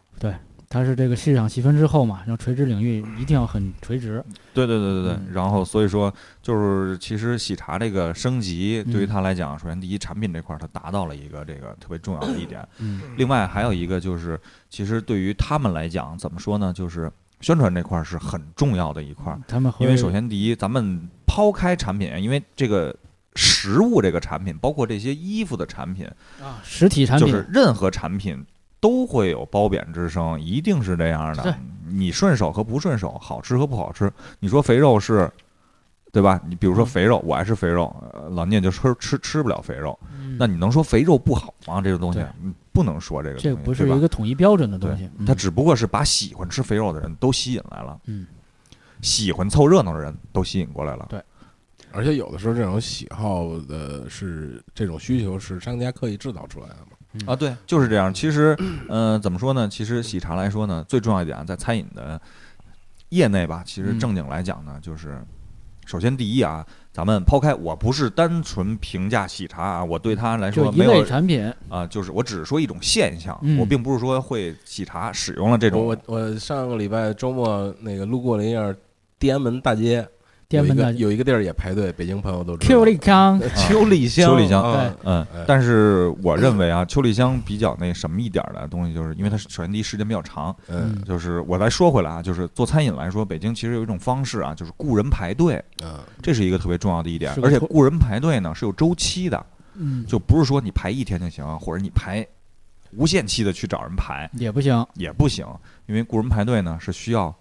S2: 它是这个市场细分之后嘛，让垂直领域一定要很垂直。
S3: 对对对对对，
S2: 嗯
S3: 然后所以说就是其实喜茶这个升级对
S2: 嗯
S3: 于它来讲，首先第一产品这块儿它达到了一个这个特别重要的一点，
S2: 嗯
S3: 另外还有一个就是，其实对于他们来讲，怎么说呢？就是宣传这块儿是很重要的一块儿，
S2: 他们会
S3: 啊因为首先第一，咱们抛开产品，因为这个食物这个产品，包括这些衣服的产品，
S2: 啊，实体产
S3: 就
S2: 品
S3: 是任何产品都会有褒贬之声，一定是这样
S2: 对
S3: 的。你顺手和不顺手，好吃和不好吃，你说肥肉是。对吧？你比如说肥肉，我爱吃肥肉，呃老聂就说吃吃不了肥肉。
S2: 嗯
S3: 那你能说肥肉不好吗？这个东西
S2: 对
S3: 嗯不能说这个东西。
S2: 这不
S3: 对
S2: 是
S3: 吧
S2: 一个统一标准的东西，嗯
S3: 他只不过是把喜欢吃肥肉的人都吸引来了，
S2: 嗯，
S3: 喜欢凑热闹的人都吸引过来了。
S1: 而且有的时候这种喜好的是这种需求是商家刻意制造出来的嘛。
S3: 啊，对，就是这样。其实， 嗯，怎么说呢？其实喜茶来说呢，最重要一点啊，在餐饮的业内吧，其实
S2: 嗯
S3: 正经来讲呢，就是首先第一啊，咱们抛开，我不是单纯评价喜茶啊，我对它来
S2: 就
S3: 说
S2: 一
S3: 没有
S2: 类
S3: 啊、
S2: 产品，
S3: 就是我只是说一种现象，
S2: 嗯
S3: 我并不是说会喜茶使用了这
S1: 我
S3: 种啊
S1: 我我上个礼拜周末那个路过了一下地安门大街，
S2: 滇门的
S1: 有一个有一个地儿也排队，北京朋友都知道。嗯
S2: Q 力康，
S1: 秋丽香，
S3: 秋丽香
S1: 啊
S3: 嗯
S1: 哎，
S3: 但是我认为啊，秋丽香比较那什么一点儿的东西，就是因为它首先第一时间比较长，
S1: 嗯
S2: 嗯
S3: 就是我再说回来啊，就是做餐饮来说，北京其实有一种方式啊，就是雇人排队，
S1: 嗯
S3: 这是一个特别重要的一点
S2: 是，个
S3: 而且
S2: 托
S3: 雇人排队呢是有周期的，
S2: 嗯，
S3: 就不是说你排一天就行，或者你排无限期的去找人排
S2: 也不行，
S3: 也不行，因为雇人排队呢是需要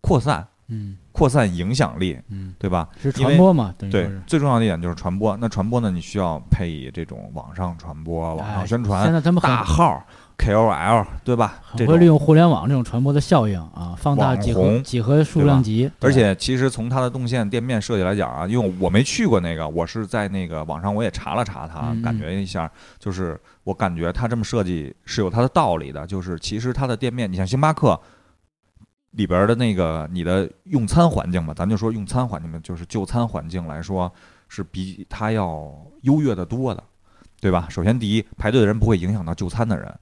S3: 扩散，
S2: 嗯
S3: 扩散影响力，
S2: 嗯，
S3: 对吧？
S2: 是
S3: 因
S2: 传
S3: 为
S2: 播嘛，等于说
S3: 对
S2: 是，
S3: 最重要的一点就是传播。那传播呢，你需要配以这种网上传播、网
S2: 哎
S3: 上宣传
S2: 现、在他们很
S3: 大号、KOL，对吧？这
S2: 很会利
S3: 种。
S2: 用互联网这种传播的效应啊，放大
S3: 网
S2: 几何
S3: 红
S2: 几何数量级，
S3: 而
S2: 对
S3: 且其实从它的动线店面设计来讲啊，因为我没去过那个，我是在那个网上我也查了查它
S2: 嗯，嗯
S3: 感觉一下，就是我感觉它这么设计是有它的道理的。就是其实它的店面，你像星巴克里边的那个你的用餐环境吧，咱就说用餐环境吧，就是就餐环境来说是比它要优越的多的，对吧？首先第一，排队的人不会影响到就餐的人。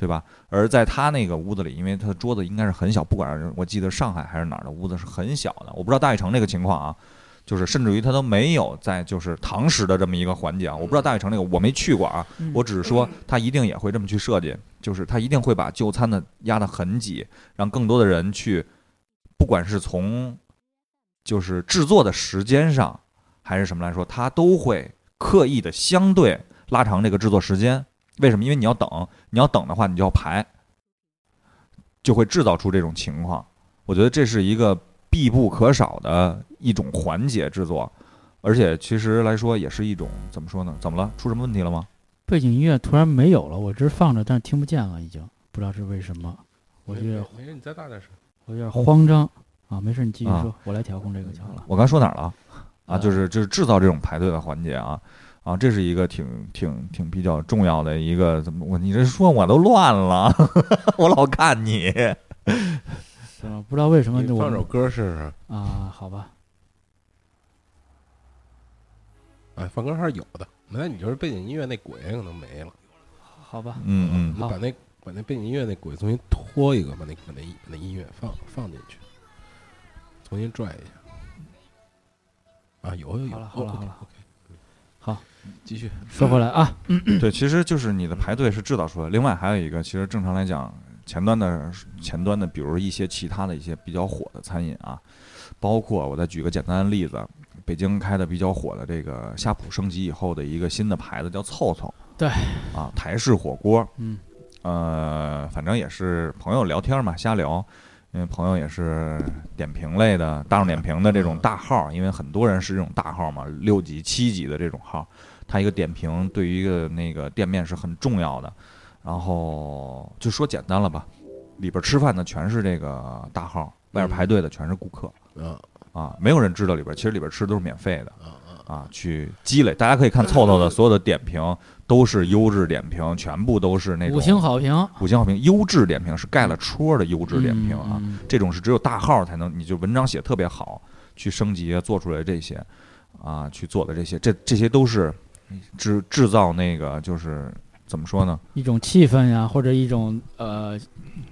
S3: 对吧？而在他那个屋子里，因为他的桌子应该是很小，不管是我记得上海还是哪儿的屋子是很小的，我不知道大悦城这个情况啊，就是甚至于他都没有在就是堂食的这么一个环节啊，我不知道大悦城这个我没去过啊，
S2: 嗯
S3: 我只是说他一定也会这么去设计，就是他一定会把就餐的压得很挤，让更多的人去，不管是从就是制作的时间上还是什么来说，他都会刻意的相对拉长这个制作时间。为什么？因为你要等，你要等的话，你就要排，就会制造出这种情况。我觉得这是一个必不可少的一种环节制作，而且其实来说也是一种怎么说呢？怎么了？出什么问题了吗？
S2: 背景音乐突然没有了，我这放着，但是听不见了，已经不知道是为什么，我有点
S1: 没事，你再大点声。
S2: 我有点慌张啊，没事你继续
S3: 啊
S2: 说，我来调控这个就好了。
S3: 我刚说哪儿了？啊，
S2: 呃
S3: 就是就是制造这种排队的环节啊，啊，这是一个挺挺挺比较重要的一个怎么我你这说我都乱了， 我老看你，
S2: 是啊吗？不知道为什么
S1: 你
S2: 就我
S1: 放首歌试试。
S2: 啊，好吧，
S1: 哎，放歌还是有的，那你就是背景音乐那鬼可能没了。
S2: 好吧，
S3: 嗯嗯
S1: 你把
S2: 哦
S1: 那把那背景音乐那鬼重新拖一个，把那把那把那音乐放放进去，重新拽一下。啊，有有有，嗯
S2: 好了好了好了
S1: o k
S2: 好，
S1: 继续。
S2: 说回来啊，
S3: 对，其实就是你的排队是制造出来。另外还有一个，其实正常来讲，前端的前端的，比如一些其他的一些比较火的餐饮啊，包括我再举个简单的例子，北京开的比较火的这个呷哺升级以后的一个新的牌子叫凑凑，
S2: 对，
S3: 啊，台式火锅，
S2: 嗯，
S3: 呃，反正也是朋友聊天嘛，瞎聊。因为朋友也是点评类的、大众点评的这种大号，因为很多人是这种大号嘛，六级、七级的这种号，它一个点评对于一个那个店面是很重要的。然后就说简单了吧，里边吃饭的全是这个大号，外边排队的全是顾客
S1: 啊
S3: 啊，没有人知道里边其实里边吃都是免费的
S1: 啊啊！
S3: 啊，去积累。大家可以看凑凑的所有的点 评都是优质点评，全部都是那种
S2: 五星好评，
S3: 五星好评，优质点评是盖了戳的优质点评啊。
S2: 嗯，嗯
S3: 这种是只有大号才能，你就文章写特别好，去升级啊，做出来这些，啊，去做的这些，这这些都是嗯制制造那个就是怎么说呢，
S2: 一种气氛呀，或者一种呃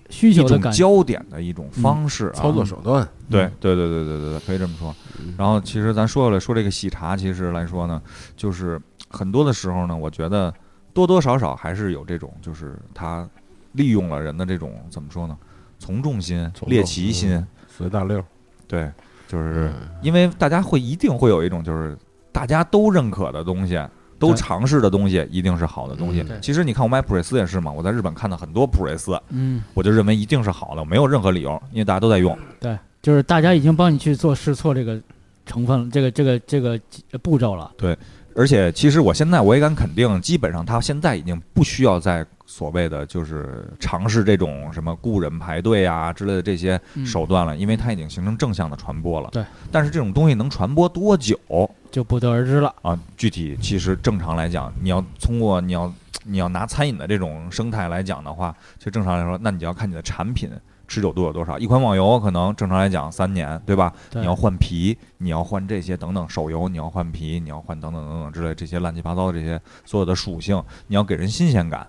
S2: 需
S3: 一
S2: 求的
S3: 种
S2: 感觉，
S3: 焦点的一种方式啊，
S1: 嗯操作手段，
S3: 对对对对对对对，可以这么说。
S1: 嗯
S3: 然后其实咱说了说这个喜茶，其实来说呢，就是很多的时候呢，我觉得多多少少还是有这种，就是他利用了人的这种怎么说呢，从众心、
S1: 从众嗯
S3: 猎奇心，
S1: 随大溜儿。
S3: 对，
S1: 嗯
S3: 就是
S2: 嗯
S3: 因为大家会一定会有一种就是大家都认可的东西。都
S2: 对
S3: 尝试的东西一定是好的东西
S1: 嗯对。
S3: 其实你看，我买普锐斯也是嘛，我在日本看到很多普锐斯，
S2: 嗯，
S3: 我就认为一定是好的，我没有任何理由，因为大家都在用。
S2: 对，就是大家已经帮你去做试错这个成分了，这个这个这个呃步骤了，
S3: 而且，其实我现在我也敢肯定，基本上他现在已经不需要再所谓的就是尝试这种什么雇人排队啊之类的这些
S2: 嗯
S3: 手段了，因为它已经形成正向的传播了。
S2: 对，
S3: 但是这种东西能传播多久
S2: 就不得而知了。
S3: 啊？具体其实正常来讲，你要通过你要你要拿餐饮的这种生态来讲的话，其实正常来说，那你就要看你的产品持久度有多少。一款网游可能正常来讲三年，对吧？
S2: 对
S3: 你要换皮，你要换这些等等手游，你要换皮，你要换等等等等之类这些乱七八糟的这些所有的属性，你要给人新鲜感，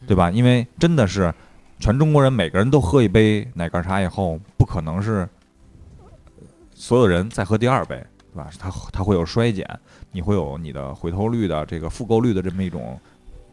S2: 嗯
S3: 对吧？因为真的是全中国人每个人都喝一杯奶盖茶以后，不可能是所有人再喝第二杯，对吧？它它会有衰减，你会有你的回头率的这个复购率的这么一种。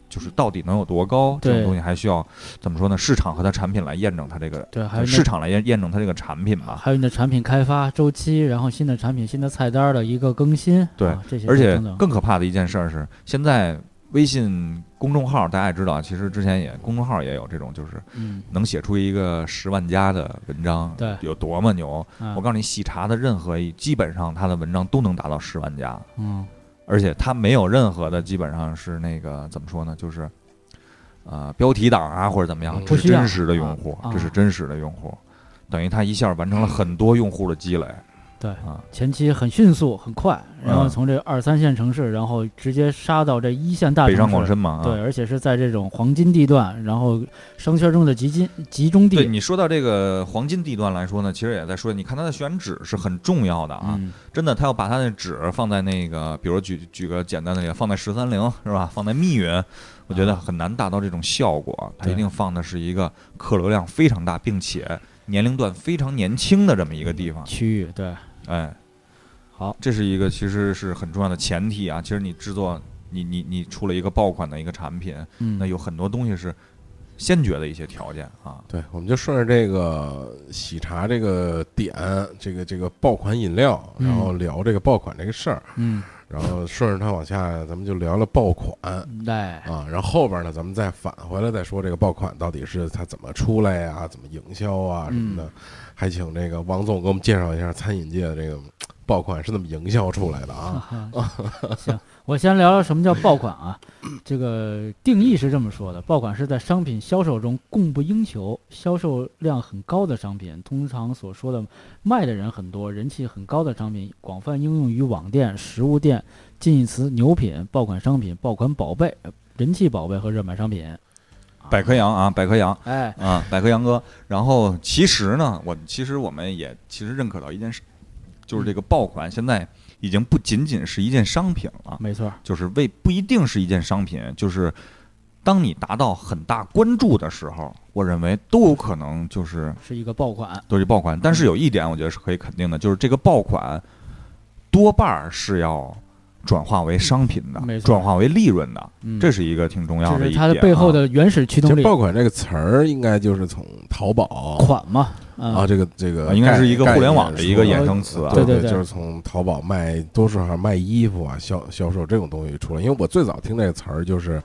S3: 就是到底能有多高这种
S2: 对
S3: 东西，还需要怎么说呢？市场和它产品来验证它这个，
S2: 对，还有
S3: 市
S2: 那
S3: 场来验验证它这个产品吧。
S2: 还有你的产品开发周期，然后新的产品、新的菜单的一个更新，
S3: 对
S2: 啊这些
S3: 而且
S2: 等等
S3: 更可怕的一件事儿是，现在微信公众号大家也知道，其实之前也公众号也有这种，就是
S2: 嗯，
S3: 能写出一个十万加的文章，
S2: 对
S3: 有多么牛？
S2: 啊
S3: 我告诉你，喜茶的任何一基本上他的文章都能达到十万加，
S2: 嗯
S3: 而且他没有任何的基本上是那个怎么说呢，就是。呃，标题党啊，或者怎么样，
S1: 嗯
S3: 这
S2: 不
S3: 是
S2: 需要
S3: 真实的用户，
S2: 啊嗯
S3: 这是真实的用户，等于他一下完成了很多用户的积累。
S2: 对
S3: 啊，
S2: 前期很迅速很快，然后
S3: 嗯
S2: 从这二三线城市，然后直接杀到这一线大
S3: 北上
S2: 城
S3: 广
S2: 市。
S3: 深嘛，啊
S2: 对，而且是在这种黄金地段，然后商圈中的集金集中地
S3: 对你说到这个黄金地段来说呢，其实也在说，你看它的选址是很重要的啊，
S2: 嗯，
S3: 真的，它要把它的址放在那个，比如举举个简单的例子，放在十三陵是吧？放在密云，我觉得很难达到这种效果。它
S2: 对
S3: 一定放的是一个客流量非常大，并且年龄段非常年轻的这么一个地方。
S2: 区域对，
S3: 哎，
S2: 好，
S3: 这是一个其实是很重要的前提啊。其实你制作，你你你出了一个爆款的一个产品，
S2: 嗯，
S3: 那有很多东西是先决的一些条件啊。
S1: 对，我们就顺着这个喜茶这个点，这个这个爆款饮料，
S2: 嗯
S1: 然后聊这个爆款这个事儿，
S2: 嗯，
S1: 然后顺着它往下，咱们就聊了爆款
S2: 对，
S3: 哦
S1: 啊，然后后边呢，咱们再返回来再说这个爆款到底是它怎么出来呀、怎么营销啊什
S2: 嗯
S1: 么的，还请这个王总给我们介绍一下餐饮界的这个嗯爆款是怎么营销出来的
S2: 嗯
S1: 啊？
S2: 行， 我先聊聊什么叫爆款啊。这个定义是这么说的：爆款是在商品销售中供不应求、销售量很高的商品，通常所说的卖的人很多、人气很高的商品，广泛应用于网店、实物店。近义词：牛品、爆款商品、爆款宝贝、呃人气宝贝和热卖商品。啊
S3: 百科羊啊，百科羊
S2: 哎，
S3: 啊，百科羊哥。然后其实呢，我其实我们也其实认可到一件事，就是这个爆款现在已经不仅仅是一件商品了，
S2: 没错儿，
S3: 就是为不一定是一件商品，就是当你达到很大关注的时候，我认为都有可能就是
S2: 是一个爆款。
S3: 都是爆款。但是有一点，我觉得是可以肯定的，就是这个爆款多半儿是要。转化为商品
S2: 没
S3: 的，
S2: 错
S3: 转化为利润的，
S2: 嗯，
S3: 这是一个挺重要
S2: 这
S3: 的
S2: 是
S3: 一点
S2: 它
S3: 啊。
S2: 的背后的原始
S1: 其
S2: 驱动
S1: 实
S2: 力，
S1: 爆款这个词儿应该就是从淘宝
S2: 款嘛。嗯
S1: 啊，这个这个
S3: 啊应该是一个
S1: 概
S3: 互联网的一个
S1: 概念出
S3: 衍
S1: 来
S3: 生词啊。
S2: 对对
S1: 对
S2: 对
S1: 就是从淘宝卖，多数还卖衣服啊、销销售这种东西出来。因为我最早听这个词儿就是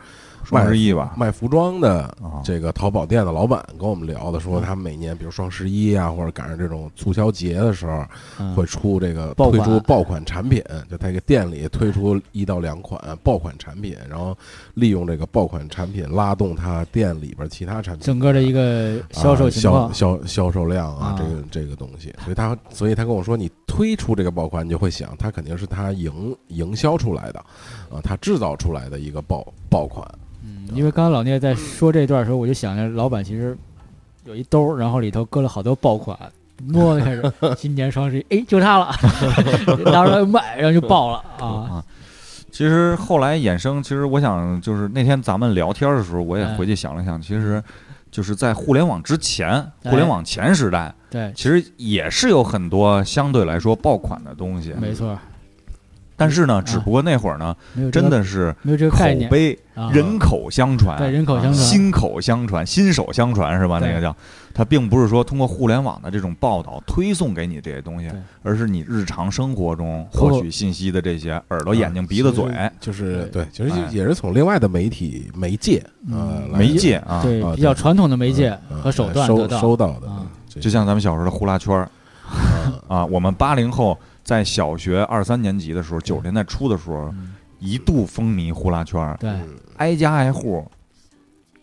S3: 双十一吧，
S1: 卖服装的
S3: 啊，
S1: 这个淘宝店的老板跟我们聊的，
S2: 嗯
S1: 说他们每年比如双十一啊，或者赶上这种促销节的时候，
S2: 嗯
S1: 会出这个
S2: 爆
S1: 推
S2: 款
S1: 出爆款产品，就他给店里推出一到两款爆款产品，然后利用这个爆款产品拉动他店里边其他产品
S2: 整个的一个销售
S1: 啊
S2: 情况。
S1: 销销销售量啊
S2: 啊，
S1: 这个这个东西，所以他所以他跟我说，你推出这个爆款，你就会想，它肯定是他营营销出来的，啊，他制造出来的一个爆爆款，
S2: 嗯，因为刚刚老聂在说这段的时候，我就想着老板其实有一兜儿，然后里头搁了好多爆款，摸开始， 今年双十一，哎，就它了， 拿出来卖，然后就爆了啊。
S3: 啊。其实后来衍生，其实我想就是那天咱们聊天的时候，我也
S2: 哎
S3: 回去想了想，其实就是在互联网之前，
S2: 哎
S3: 互联网前时代，
S2: 对，
S3: 其实也是有很多相对来说爆款的东西。
S2: 没错，
S3: 但是呢，只不过那会儿呢，
S2: 没有这
S3: 真
S2: 个
S3: 的是
S2: 没有这个
S3: 口
S2: 概念，
S3: 碑
S2: 啊
S3: 人口相传，
S2: 对人口相传
S3: 啊心口相传，新手相传是吧？
S2: 对
S3: 那个叫，它并不是说通过互联网的这种报道推送给你这些东西
S2: 对，
S3: 而是你日常生活中
S2: 通过
S3: 获取信息的这些
S2: 啊
S3: 耳朵、眼睛、鼻子、嘴，
S1: 就是
S2: 对
S1: 对，其实就
S3: 哎
S1: 也是从另外的媒体媒介啊
S2: 嗯，
S1: 来
S3: 媒介啊，
S2: 对
S1: 啊
S2: 比较
S1: 对
S2: 传统的媒介
S1: 嗯
S2: 和手段得
S1: 收
S2: 到
S1: 收到的
S2: 啊，
S1: 这
S3: 就像咱们小时候的呼啦圈儿
S1: 啊
S3: 啊，我们八零后在小学二三年级的时候，九十年代初的时候，
S2: 嗯
S3: 一度风靡呼啦圈儿，
S2: 对，
S1: 嗯
S3: 挨家挨户。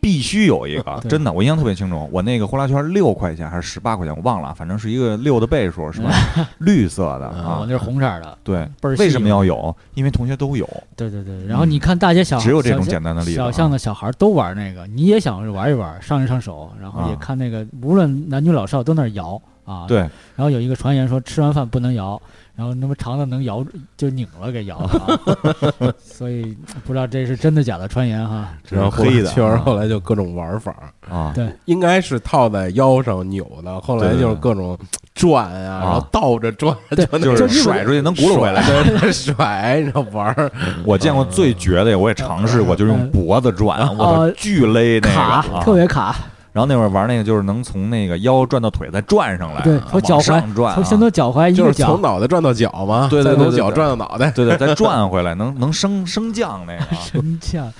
S3: 必须有一个，
S2: 对
S3: 真的，我印象特别清楚。我那个呼啦圈六块钱还是十八块钱，我忘了，反正是一个六的倍 数，是吧？绿色的
S2: 啊，我
S3: 啊
S2: 那，是红色儿的，
S3: 对。
S2: 倍儿细
S3: 为什么要有？因为同学都有，
S2: 对对对，然后你看大街小
S3: 嗯只有这种
S2: 小
S3: 简单的例子啊
S2: 小巷的小孩都玩那个，你也想玩一玩，上一上手，然后也
S3: 啊
S2: 看那个，无论男女老少都那儿摇啊。。
S3: 对，
S2: 然后有一个传言说吃完饭不能摇，然后那么肠子能摇就拧了给摇了、 啊，所以不知道这是真的假的传言哈。
S3: 只有黑的
S1: 确实
S3: 啊
S1: 后 来就各种玩法，
S3: 啊，
S2: 对
S1: 应该是套在腰上扭的，后来
S3: 对对
S1: 就是各种转啊，
S3: 啊
S1: 然后倒着转，
S2: 对
S1: 就
S3: 就
S1: 那
S3: 是
S1: 种
S3: 甩出去能轱辘回来。
S1: 甩，对甩，然后玩儿，
S3: 我见过最绝的，我也尝试过，就是用脖子转，我操，巨勒那个
S2: 嗯啊卡、
S3: 啊
S2: 特别卡，
S3: 然后那会儿玩那个，就是能从那个腰转到腿，再转上来，
S2: 对
S3: 啊
S2: 从脚
S3: 往
S2: 踝
S3: 上转啊，
S2: 从先从脚哎踝一
S1: 就是
S2: 个脚
S1: 从，脑袋转到脚嘛，
S3: 对对对
S1: 再从
S3: 对
S1: 脚
S3: 对
S1: 转到脑袋，
S3: 对对，再转回来，能能升升降那个 啊，
S2: 真像，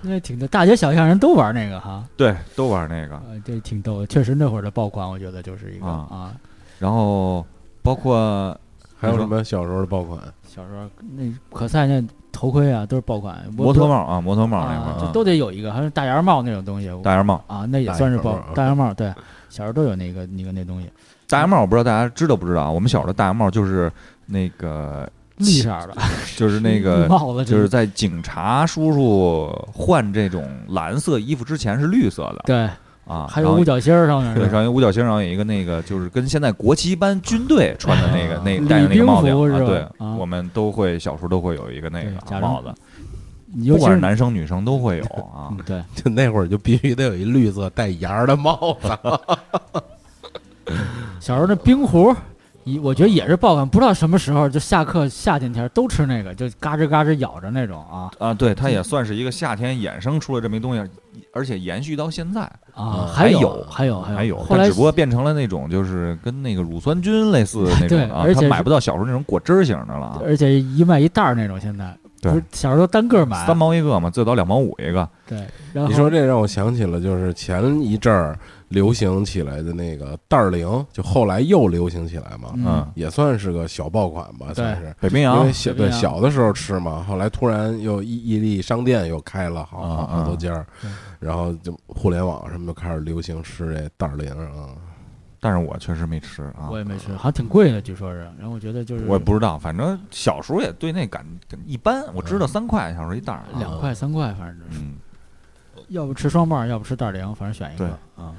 S2: 那挺逗，大街小巷人都玩那个哈，
S3: 对，都玩那个。
S2: 呃，这挺逗的，确实那会儿的爆款，我觉得就是一个
S3: 啊
S2: 啊，
S3: 然后包括
S1: 还有
S3: 你
S1: 什
S3: 说
S1: 么小时候的爆款？
S2: 小时候那可赛那头盔啊，都是爆款，
S3: 摩托帽啊，摩托帽那会
S2: 啊
S3: 儿，
S2: 这
S3: 啊
S2: 都得有一个，还是大檐帽那种东西
S3: 大檐帽，
S2: 啊，那也
S1: 大
S2: 算是
S1: 檐帽
S2: 爆
S1: 啊
S2: 大檐帽，对，小时候都有那个那个那东西，
S3: 大檐帽，我不知道大家知道不知道啊？我们小时候大檐帽就是那个，
S2: 绿色儿的，
S3: 就是那
S2: 绿
S3: 个。
S2: 帽子
S3: 就是
S2: 这
S3: 在警察叔叔换这种蓝色衣服之前是绿色的
S2: 对，
S3: 啊，
S2: 还
S3: 然
S2: 有
S3: 后
S2: 五角星儿上面
S3: 对，
S2: 的
S3: 然后有五角星，然后有一个那个就是跟现在国旗班军队穿的那个
S1: 啊
S3: 那戴的
S2: 礼
S3: 那个
S2: 宾
S3: 帽子
S2: 服
S3: 啊，
S2: 是吧
S3: 对
S2: 啊，
S3: 我们都会小时候都会有一个那
S2: 对
S3: 个
S2: 假
S3: 啊
S2: 装
S3: 帽子，
S2: 尤
S3: 不
S2: 其
S3: 管
S2: 是
S3: 是男生女生都会有啊
S2: 嗯。对，
S1: 就那会儿就必须得有一绿色带檐儿的帽子，
S2: 小时候那冰壶。一我觉得也是爆款，不知道什么时候就下课夏天天儿都吃那个，就嘎吱嘎吱咬着那种啊
S3: 啊，对，它也算是一个夏天衍生出了这么一东西，而且延续到现在
S2: 啊，
S1: 嗯
S2: 还
S3: 还
S2: 有
S3: 有
S2: 还有
S3: 还有，
S2: 哎后
S3: 它
S2: 来
S3: 只不过变成了那种就是跟那个乳酸菌类似的 那种
S2: 对
S3: 的啊
S2: 而，
S3: 它
S2: 且
S3: 买
S2: 是
S3: 不到小时候那种果汁儿型的了啊，
S2: 而且一卖一袋儿那种，现在
S3: 对
S2: 不是小时候单个儿买
S3: 三，毛一个嘛，最早两毛五一个，
S2: 对，然 后
S1: 你说这让我想起了，就是前一阵儿流行起来的那个袋儿零，就后来又流行起来嘛，
S2: 嗯
S3: 嗯，
S1: 也算是个小爆款吧，算是。
S3: 北冰
S1: 因
S3: 洋
S1: 为小
S2: 对
S1: 对
S2: 呀
S1: 小的时候吃嘛，后来突然又伊伊利商店又开了好好
S3: 啊啊
S1: 好多家儿
S2: 对，
S1: 然后就互联网什么就开始流行吃这袋儿零啊，
S3: 但是我确实没吃啊
S2: 我，也没吃，好像挺贵的，据说是，然后嗯我觉得就是
S3: 我也不知道，反正小时候也对那感一般，我知道三块小时候一袋儿啊，
S2: 两块三块，反正就是
S3: 嗯，
S2: 要不吃双棒，要不吃袋儿零，反正选一个啊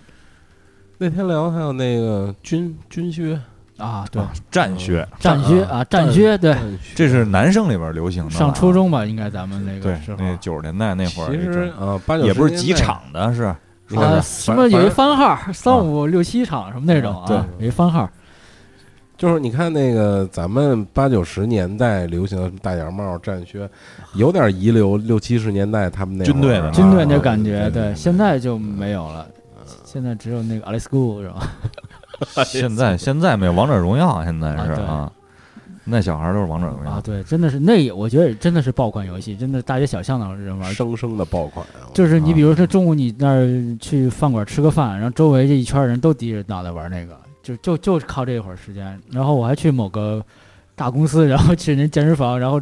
S1: 那天聊还有那个军军靴，
S2: 啊，对，
S3: 啊战靴，
S2: 战靴啊，战靴，对，
S1: 战靴
S3: 这是男生里边流行的了啊，
S2: 上初中吧，应该咱们那个
S3: 对
S2: 时，候
S3: 那九十年代那会儿
S1: 其
S3: 也
S1: 实
S3: 正，
S1: 啊，八九
S3: 也不是
S1: 十
S3: 几
S1: 年代
S3: 场 的是，
S1: 应该
S2: 啊，
S1: 是
S2: 什么有一番号三五六七场什么那种啊
S1: 啊，
S2: 有一番号，
S1: 就是你看那个咱们八九十年代流行的大檐帽、战靴，有点遗留六七十年代他们那会儿
S3: 军队的
S2: 军队那感觉，
S1: 啊
S2: 对，现在就没有了。现在只有那个 Alice School 是吧？
S3: 现在现在没有王者荣耀，现在是
S2: 哎啊对
S3: 啊，那小孩儿都是王者荣
S2: 啊，
S3: 耀，
S2: 对，真的是那也，我觉得也真的是爆款游戏，真的大街小巷的人玩
S1: 生生的爆款啊，
S2: 就是你
S3: 啊
S2: 比如说中午你那儿去饭馆吃个饭，然后周围这一圈人都低着脑袋玩那个，就就就靠这一会儿时间。然后我还去某个大公司，然后去人健身房，然后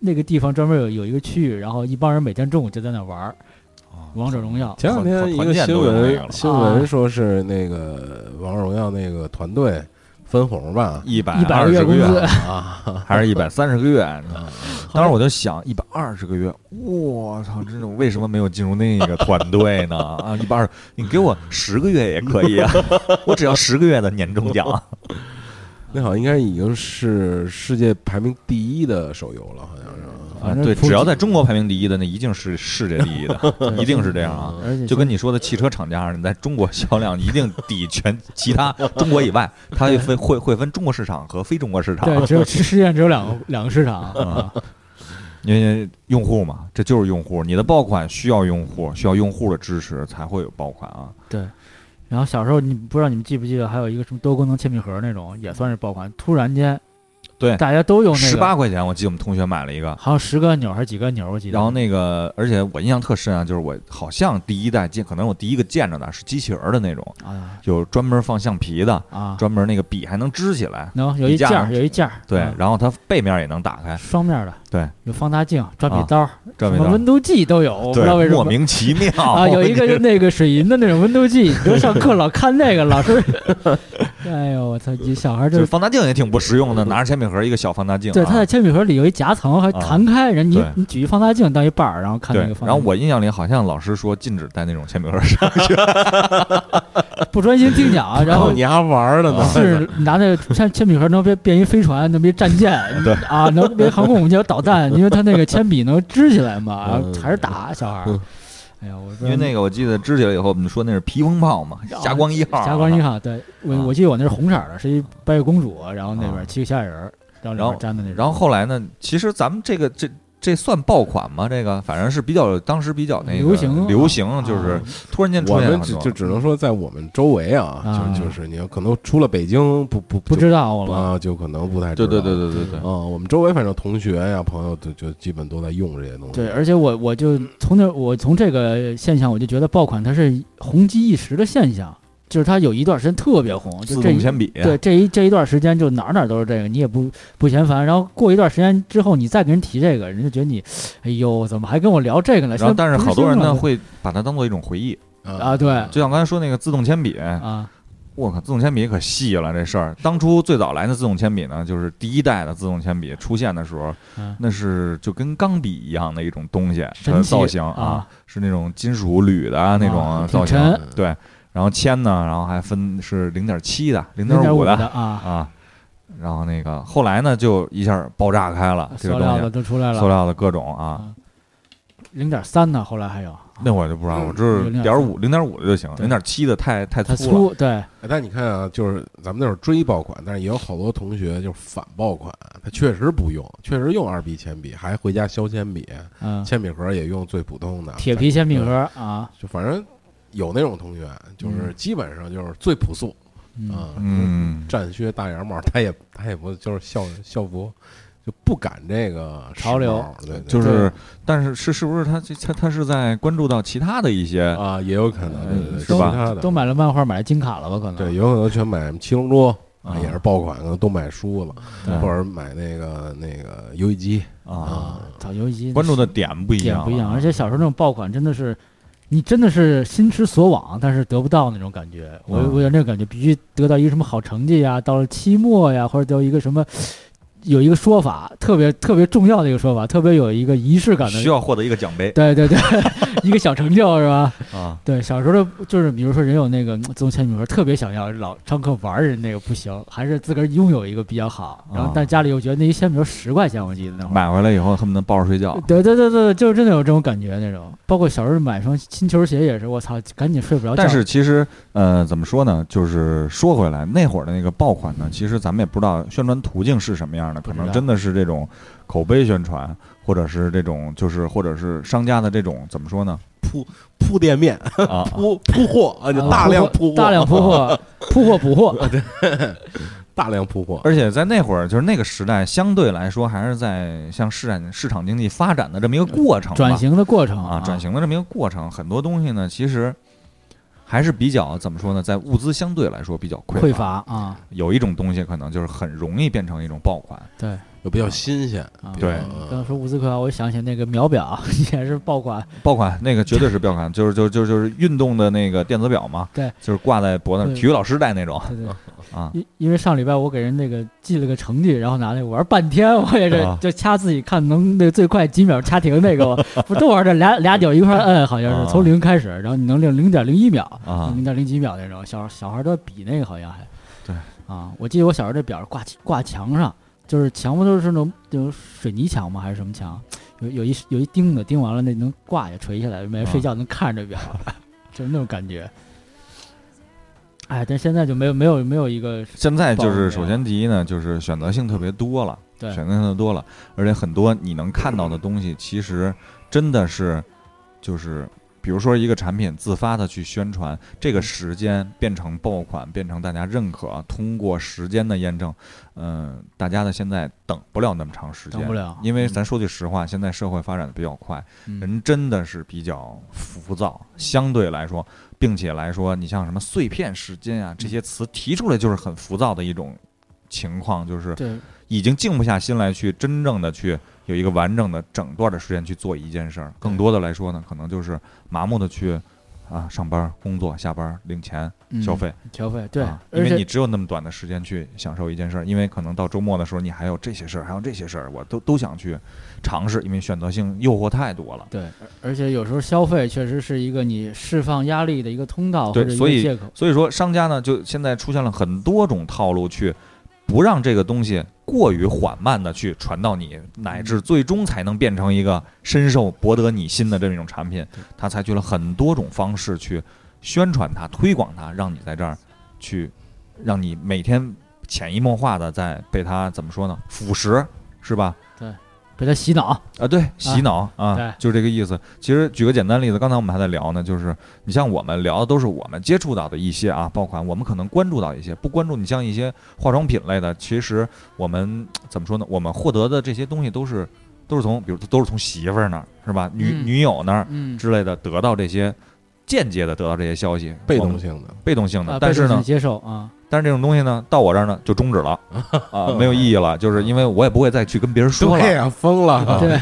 S2: 那个地方专门有有一个区域，然后一帮人每天中午就在那玩儿
S3: 啊
S2: 王者荣耀。
S1: 前两天一个新
S3: 团建都有那个了
S1: 闻，新
S2: 啊
S1: 闻说是那个王者荣耀那个团队分红吧，
S3: 一百
S2: 120
S3: 二十
S2: 个
S3: 个
S2: 月
S3: 月
S2: 工资
S1: 啊，
S3: 还是一百三十个月？
S2: 嗯
S3: 当时我就想，一百二十个月，我操，这种为什么没有进入那个团队呢？啊，一百二，你给我十个月也可以啊， 我只要十个月的年终 奖。
S1: 那好像应该已经是世界排名第一的手游了，好像是
S2: 反正
S3: 啊对，
S2: 普及
S3: 只要在中国排名第一的，那一定是世界第一 的，一定是这样啊。
S2: 而且
S3: 就跟你说的汽车厂家似的，你在中国销量一定抵全其他中国以外，它会分会会分中国市场和非中国市场，
S2: 对，只有世界上只有两个两个市场啊，
S3: 因为用户嘛，这就是用户，你的爆款需要用户，需要用户的支持才会有爆款啊。
S2: 对。然后小时候你不知道你们记不记得，还有一个什么多功能铅笔盒那种，也算是爆款。突然间，
S3: 对
S2: 大家都用那
S3: 哎十
S2: 个，
S3: 八块钱，我记得我们同学买了一个，
S2: 好像十个按钮还是几个按钮，我记得。
S3: 然后那个，而且我印象特深啊，就是我好像第一代见，可能我第一个见着的是机器人儿的那种，
S2: 啊
S3: 有专门放橡皮的，
S2: 啊，
S3: 专门那个笔还能支起来，
S2: 能、有一
S3: 笔架
S2: 件
S3: 上
S2: 儿有一件儿，
S3: 对
S2: 啊，
S3: 然后它背面也能打开，
S2: 双面的，
S3: 对，
S2: 有放大镜、转笔
S3: 啊
S2: 刀、
S3: 这味
S2: 什么
S3: 道
S2: 温度计都有，我不知道为
S3: 对
S2: 什
S3: 莫
S2: 么。
S3: 名其妙
S2: 啊，有一个就那个水银的那种温度计，你说上课老看那个，老 师，哎呦我操，你小孩
S3: 就
S2: 就是
S3: 放大镜也挺不实用的，拿着铅笔盒一个小放大镜啊。
S2: 对，他在铅笔盒里有一夹层，还弹开，人你
S3: 啊对
S2: 你举一放大镜当一半儿，然后看
S3: 对
S2: 那个，放
S3: 然
S2: 大
S3: 后
S2: 镜。
S3: 我印象里好像老师说禁止带那种铅笔盒上，
S2: 不专心听讲啊，然
S3: 哦
S2: 后
S1: 你还玩
S3: 啊
S1: 了呢，
S2: 是拿那铅铅笔盒能变变一飞船，能变战舰，
S3: 对
S2: 啊，能变航空母舰有导弹，因为他那个铅笔能支起来嘛，
S3: 嗯
S2: 然后还是打小孩儿
S1: 嗯。
S2: 哎呀，我不知
S3: 因为
S2: 道
S3: 那个我记得支起来以后，我们说那是皮风炮嘛，霞光一号，
S2: 哦霞光一。号，对我
S3: 啊
S2: 我记得我那是红色儿的，是一白雪公主，然后那
S3: 啊
S2: 边七个小矮人儿，然后里
S3: 然后
S2: 面粘的那种。
S3: 然后后来呢，其实咱们这个这这算爆款吗？这个反正是比较当时比较那个
S2: 流行
S3: 流行就是
S2: 啊
S3: 突然间出
S1: 我
S3: 现
S1: 们
S3: 很
S1: 只
S3: 多
S1: 就只能说在我们周围啊，
S2: 啊
S1: 就就是你可能出了北京不不
S2: 不知
S1: 道
S2: 道了，
S1: 啊，就可能不太
S3: 对
S1: 知
S3: 对
S1: 道
S3: 对对对对
S1: 啊，我们周围反正同学呀、朋友就就基本都在用这些东西。
S2: 对，而且我我就从那我从这个现象，我就觉得爆款它是红极一时的现象，就是它有一段时间特别红，就
S3: 自
S2: 这
S3: 动
S2: 一
S3: 铅笔，
S2: 对这一这一段时间就哪儿哪儿都是这个，你也不不嫌烦。然后过一段时间之后，你再给人提这个，人家觉得你，哎呦，怎么还跟我聊这个呢？
S3: 然后但是
S2: 现在
S3: 好
S2: 不兴
S3: 多人呢
S2: 了
S3: 会把它当做一种回忆，
S1: 嗯
S2: 啊，对
S3: 就像刚才说那个自动铅笔，
S2: 啊，
S3: 我靠，自动铅笔可细了这事儿。当初最早来的自动铅笔呢，就是第一代的自动铅笔出现的时候，
S2: 嗯
S3: 那是就跟钢笔一样的一种东西，它
S2: 神
S3: 的
S2: 奇
S3: 造型
S2: 啊，
S3: 是那种金属铝的啊那种
S2: 啊
S3: 造型
S2: 挺。沉
S3: 对，然后铅呢，然后还分是零点七的、零
S2: 零
S3: 点
S2: 点
S3: 五
S2: 五
S3: 的
S2: 啊，
S3: 啊，然后那个后来呢就一下爆炸开了，这
S2: 塑
S3: 个
S2: 料
S3: 东
S2: 的
S3: 西，
S2: 都出来了，
S3: 塑料的各种啊。
S2: 零点三呢，后来还有
S3: 那我就不知道，我知道
S2: 0.5
S3: 点五、零点五的就行，
S2: 对
S3: 零点七的太太
S2: 它
S3: 了。
S2: 粗，对，
S1: 哎但你看啊，就是咱们那会儿追爆款，但是也有好多同学就是反爆款，他确实不用，确实用二 B 铅笔，还回家削铅笔，
S2: 嗯，
S1: 铅笔盒也用最普通的
S2: 铁皮铅笔，盒
S1: 对
S2: 啊，
S1: 就反正有那种同学，就是
S2: 嗯
S1: 基本上就是最朴素
S2: 嗯，
S1: 啊，
S3: 嗯，
S1: 战靴、大檐帽，他也他也不就是校校服，就不赶这个时髦
S2: 潮流，
S1: 对，对
S3: 就是，但是是是不是他这他他是在关注到其他的一些
S1: 啊，也有可能
S3: 嗯
S1: 对对对
S3: 是吧
S1: 其他的
S2: 都买了漫画，买了金卡了吧？可能
S1: 对，有可能全买七龙珠
S3: 啊
S1: 啊，也是爆款，可能都买书了，
S3: 对
S1: 或者买那个那个游戏机，
S3: 啊
S2: 啊，早游戏
S3: 关注的点不一
S2: 点
S3: 样，啊
S2: 不一样，而且小时候那种爆款真的是，你真的是心之所往，但是得不到那种感觉。我
S3: 嗯
S2: 我有那种感觉，必须得到一个什么好成绩呀，到了期末呀，或者到一个什么，有一个说法特别特别重要的一个说法，特别有一个仪式感
S3: 需
S2: 的。
S3: 要获得一个奖杯
S2: 对对对， 一个小成就是吧？
S3: 啊，
S2: 对，小时候的就是，比如说人有那个嗯自动铅笔盒，特别想要，老上课玩儿人那个不行，还是自个儿拥有一个比较好。然后
S3: 啊
S2: 但家里又觉得那一铅笔盒十块钱，我记得那会儿。
S3: 买回来以后恨不得抱着睡觉。
S2: 对对对对，就是真的有这种感觉那种。包括小时候买双新球鞋也是，我操，赶紧睡不着觉。
S3: 但是其实，呃，怎么说呢？就是说回来，那会儿的那个爆款呢，其实咱们也不知道宣传途径是什么样的，
S2: 不
S3: 可
S2: 知
S3: 能
S2: 道
S3: 真的是这种口碑宣传，或者是这种就是或者是商家的这种怎么 说呢？
S1: 铺铺店面，
S3: 啊，
S1: 铺铺货啊，就
S2: 啊
S1: 大量
S2: 铺
S1: 铺
S2: 货
S1: 货，
S2: 大量铺 货，铺货补货，
S1: 大量铺货，
S3: 而且在那会儿，就是那个时代，相对来说还是在向市场市场经济发展的这么一个过程吧
S2: 转型的过程
S3: 啊，转型的这么一个过程，很多东西呢，其实还是比较怎么说呢，在物资相对来说比较匮
S2: 匮乏啊，
S3: 有一种东西可能就是很容易变成一种爆款，
S2: 对
S1: 就比较新鲜，
S2: 啊。
S1: 比较
S3: 对
S2: 刚刚说物资匮乏，我想起那个秒表 也是爆款，
S3: 爆款那个绝对是爆款，就是就是就是就是运动的那个电子表嘛，
S2: 对，
S3: 就是挂在脖子上，
S2: 对
S3: 体育老师戴那种
S2: 对对。
S3: 啊，
S2: 因因为上礼拜我给人那个记了个成绩，然后拿那个玩半天，我也是
S3: 啊
S2: 就掐自己看能那最快几秒掐停那个，我 不都玩这俩俩点一块儿摁，好像
S3: 啊
S2: 是从零开始，然后你能零零点零一秒
S3: 啊
S2: 零点零几秒那种，小小孩儿都要比那个好像还
S3: 对
S2: 啊，我记得我小时候这表挂起挂墙上，就是墙不都是那种那种水泥墙吗？还是什么墙？有有一有一钉子，钉完了那能挂下垂下来，每天睡觉能看着这表， 就是那种感觉。哎，但现在就没有没有没有一个
S3: 现在就
S2: 爆了
S3: 是首先第一呢，就是选择性特别多了，
S2: 对
S3: 选择性特别多了，而且很多你能看到的东西，其实真的是就是。比如说，一个产品自发的去宣传，这个时间变成爆款，变成大家认可，通过时间的验证，嗯、大家的现在等不了那么长时间，
S2: 等不了
S3: 因为咱说句实话，现在社会发展的比较快，
S2: 嗯
S3: 人真的是比较浮躁，相对来说，并且来说，你像什么碎片时间啊这些词提出来就是很浮躁的一种情况，就是
S2: 对
S3: 已经静不下心来去真正的去有一个完整的整段的时间去做一件事儿。更多的来说呢，可能就是麻木的去啊上班、工作、下班、领钱、
S2: 嗯
S3: 消费。
S2: 消费对
S3: 啊，，因
S2: 而
S3: 为
S2: 且
S3: 你只有那么短的时间去享受一件事儿，因为可能到周末的时候，你还有这些事儿，还有这些事儿，我都都想去尝试，因为选择性诱惑太多了。
S2: 对，而而且有时候消费确实是一个你释放压力的一个通道或
S3: 对
S2: 者一
S3: 所
S2: 个
S3: 以
S2: 借口。
S3: 所以说，商家呢，就现在出现了很多种套路，去不让这个东西过于缓慢的去传到你，乃至最终才能变成一个深受博得你心的这么一种产品。他采取了很多种方式去宣传它、推广它，让你在这儿去，让你每天潜移默化的在被它怎么说呢？腐蚀是吧？
S2: 被他洗脑，
S3: 啊，对，洗脑啊，
S2: 对
S3: 就是这个意思。其实举个简单例子，刚才我们还在聊呢，就是你像我们聊的都是我们接触到的一些啊爆款，我们可能关注到一些，不关注你像一些化妆品类的，其实我们怎么说呢？我们获得的这些东西都是都是从，比如都是从媳妇儿那儿是吧？女、
S2: 嗯
S3: 女友那儿
S2: 嗯，
S3: 之类的得到这些。间接的得到这些消息，
S1: 被
S3: 我
S1: 动
S3: 们
S1: 性的，
S3: 被动性的，
S2: 啊，
S3: 但
S2: 被动
S3: 是
S2: 性
S3: 呢，
S2: 接受啊，
S3: 但是这种东西呢，到我这儿呢就终止 了啊，没有意义了，就是因为我也不会再去跟别人说了，
S1: 对呀，疯
S3: 啊
S1: 了，啊
S2: 对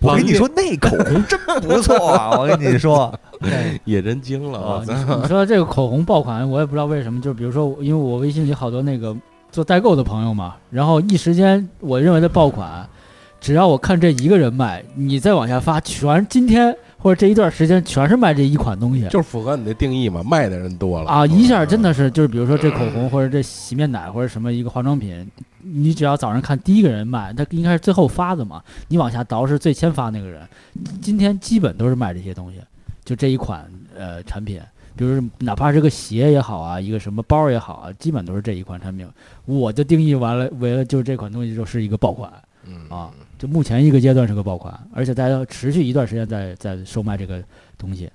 S3: 我跟你说，那口红真不错 啊！我跟你说，
S2: 对。
S1: 也真惊了，
S2: 啊
S1: 我，
S2: 你
S1: 操
S2: 说你说这个口红爆款，我也不知道为什么，就比如说，因为我微信里好多那个做代购的朋友嘛，然后一时间我认为的爆款，只要我看这一个人卖，你再往下发，全今天或者这一段时间全是卖这一款东西。
S1: 就是符合你的定义嘛，卖的人多了
S2: 啊，一下真的
S1: 嗯
S2: 是就是，比如说这口红或者这洗面奶或者什么一个化妆品，你只要早上看第一个人卖，他应该是最后发的嘛，你往下倒是最先发那个人，今天基本都是卖这些东西，就这一款呃产品，比如说哪怕是个鞋也好啊，一个什么包也好啊，基本都是这一款产品，我就定义完了为了就是这款东西就是一个爆款
S1: 嗯
S2: 啊，就目前一个阶段是个爆款，而且大家要持续一段时间在在售卖这个东西，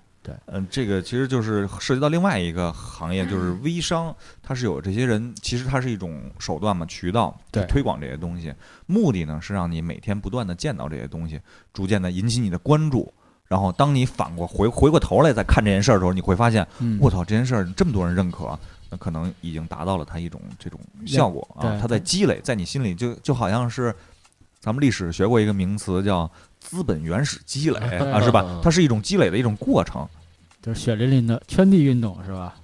S3: 嗯，这个其实就是涉及到另外一个行业，就是微商，它是有这些人，其实它是一种手段嘛，渠道去
S2: 对
S3: 推广这些东西，目的呢是让你每天不断的见到这些东西，逐渐的引起你的关注，然后当你反过回回过头来再看这件事儿的时候，你会发现，
S2: 嗯，
S3: 我操，这件事儿这么多人认可，那可能已经达到了它一种这种效果啊
S2: 对，
S3: 它在积累，在你心里就就好像是咱们历史学过一个名词叫资本原始积累啊，
S2: 嗯
S3: 是吧？它是一种积累的一种过程。
S2: 就是血淋淋的圈地运动是吧？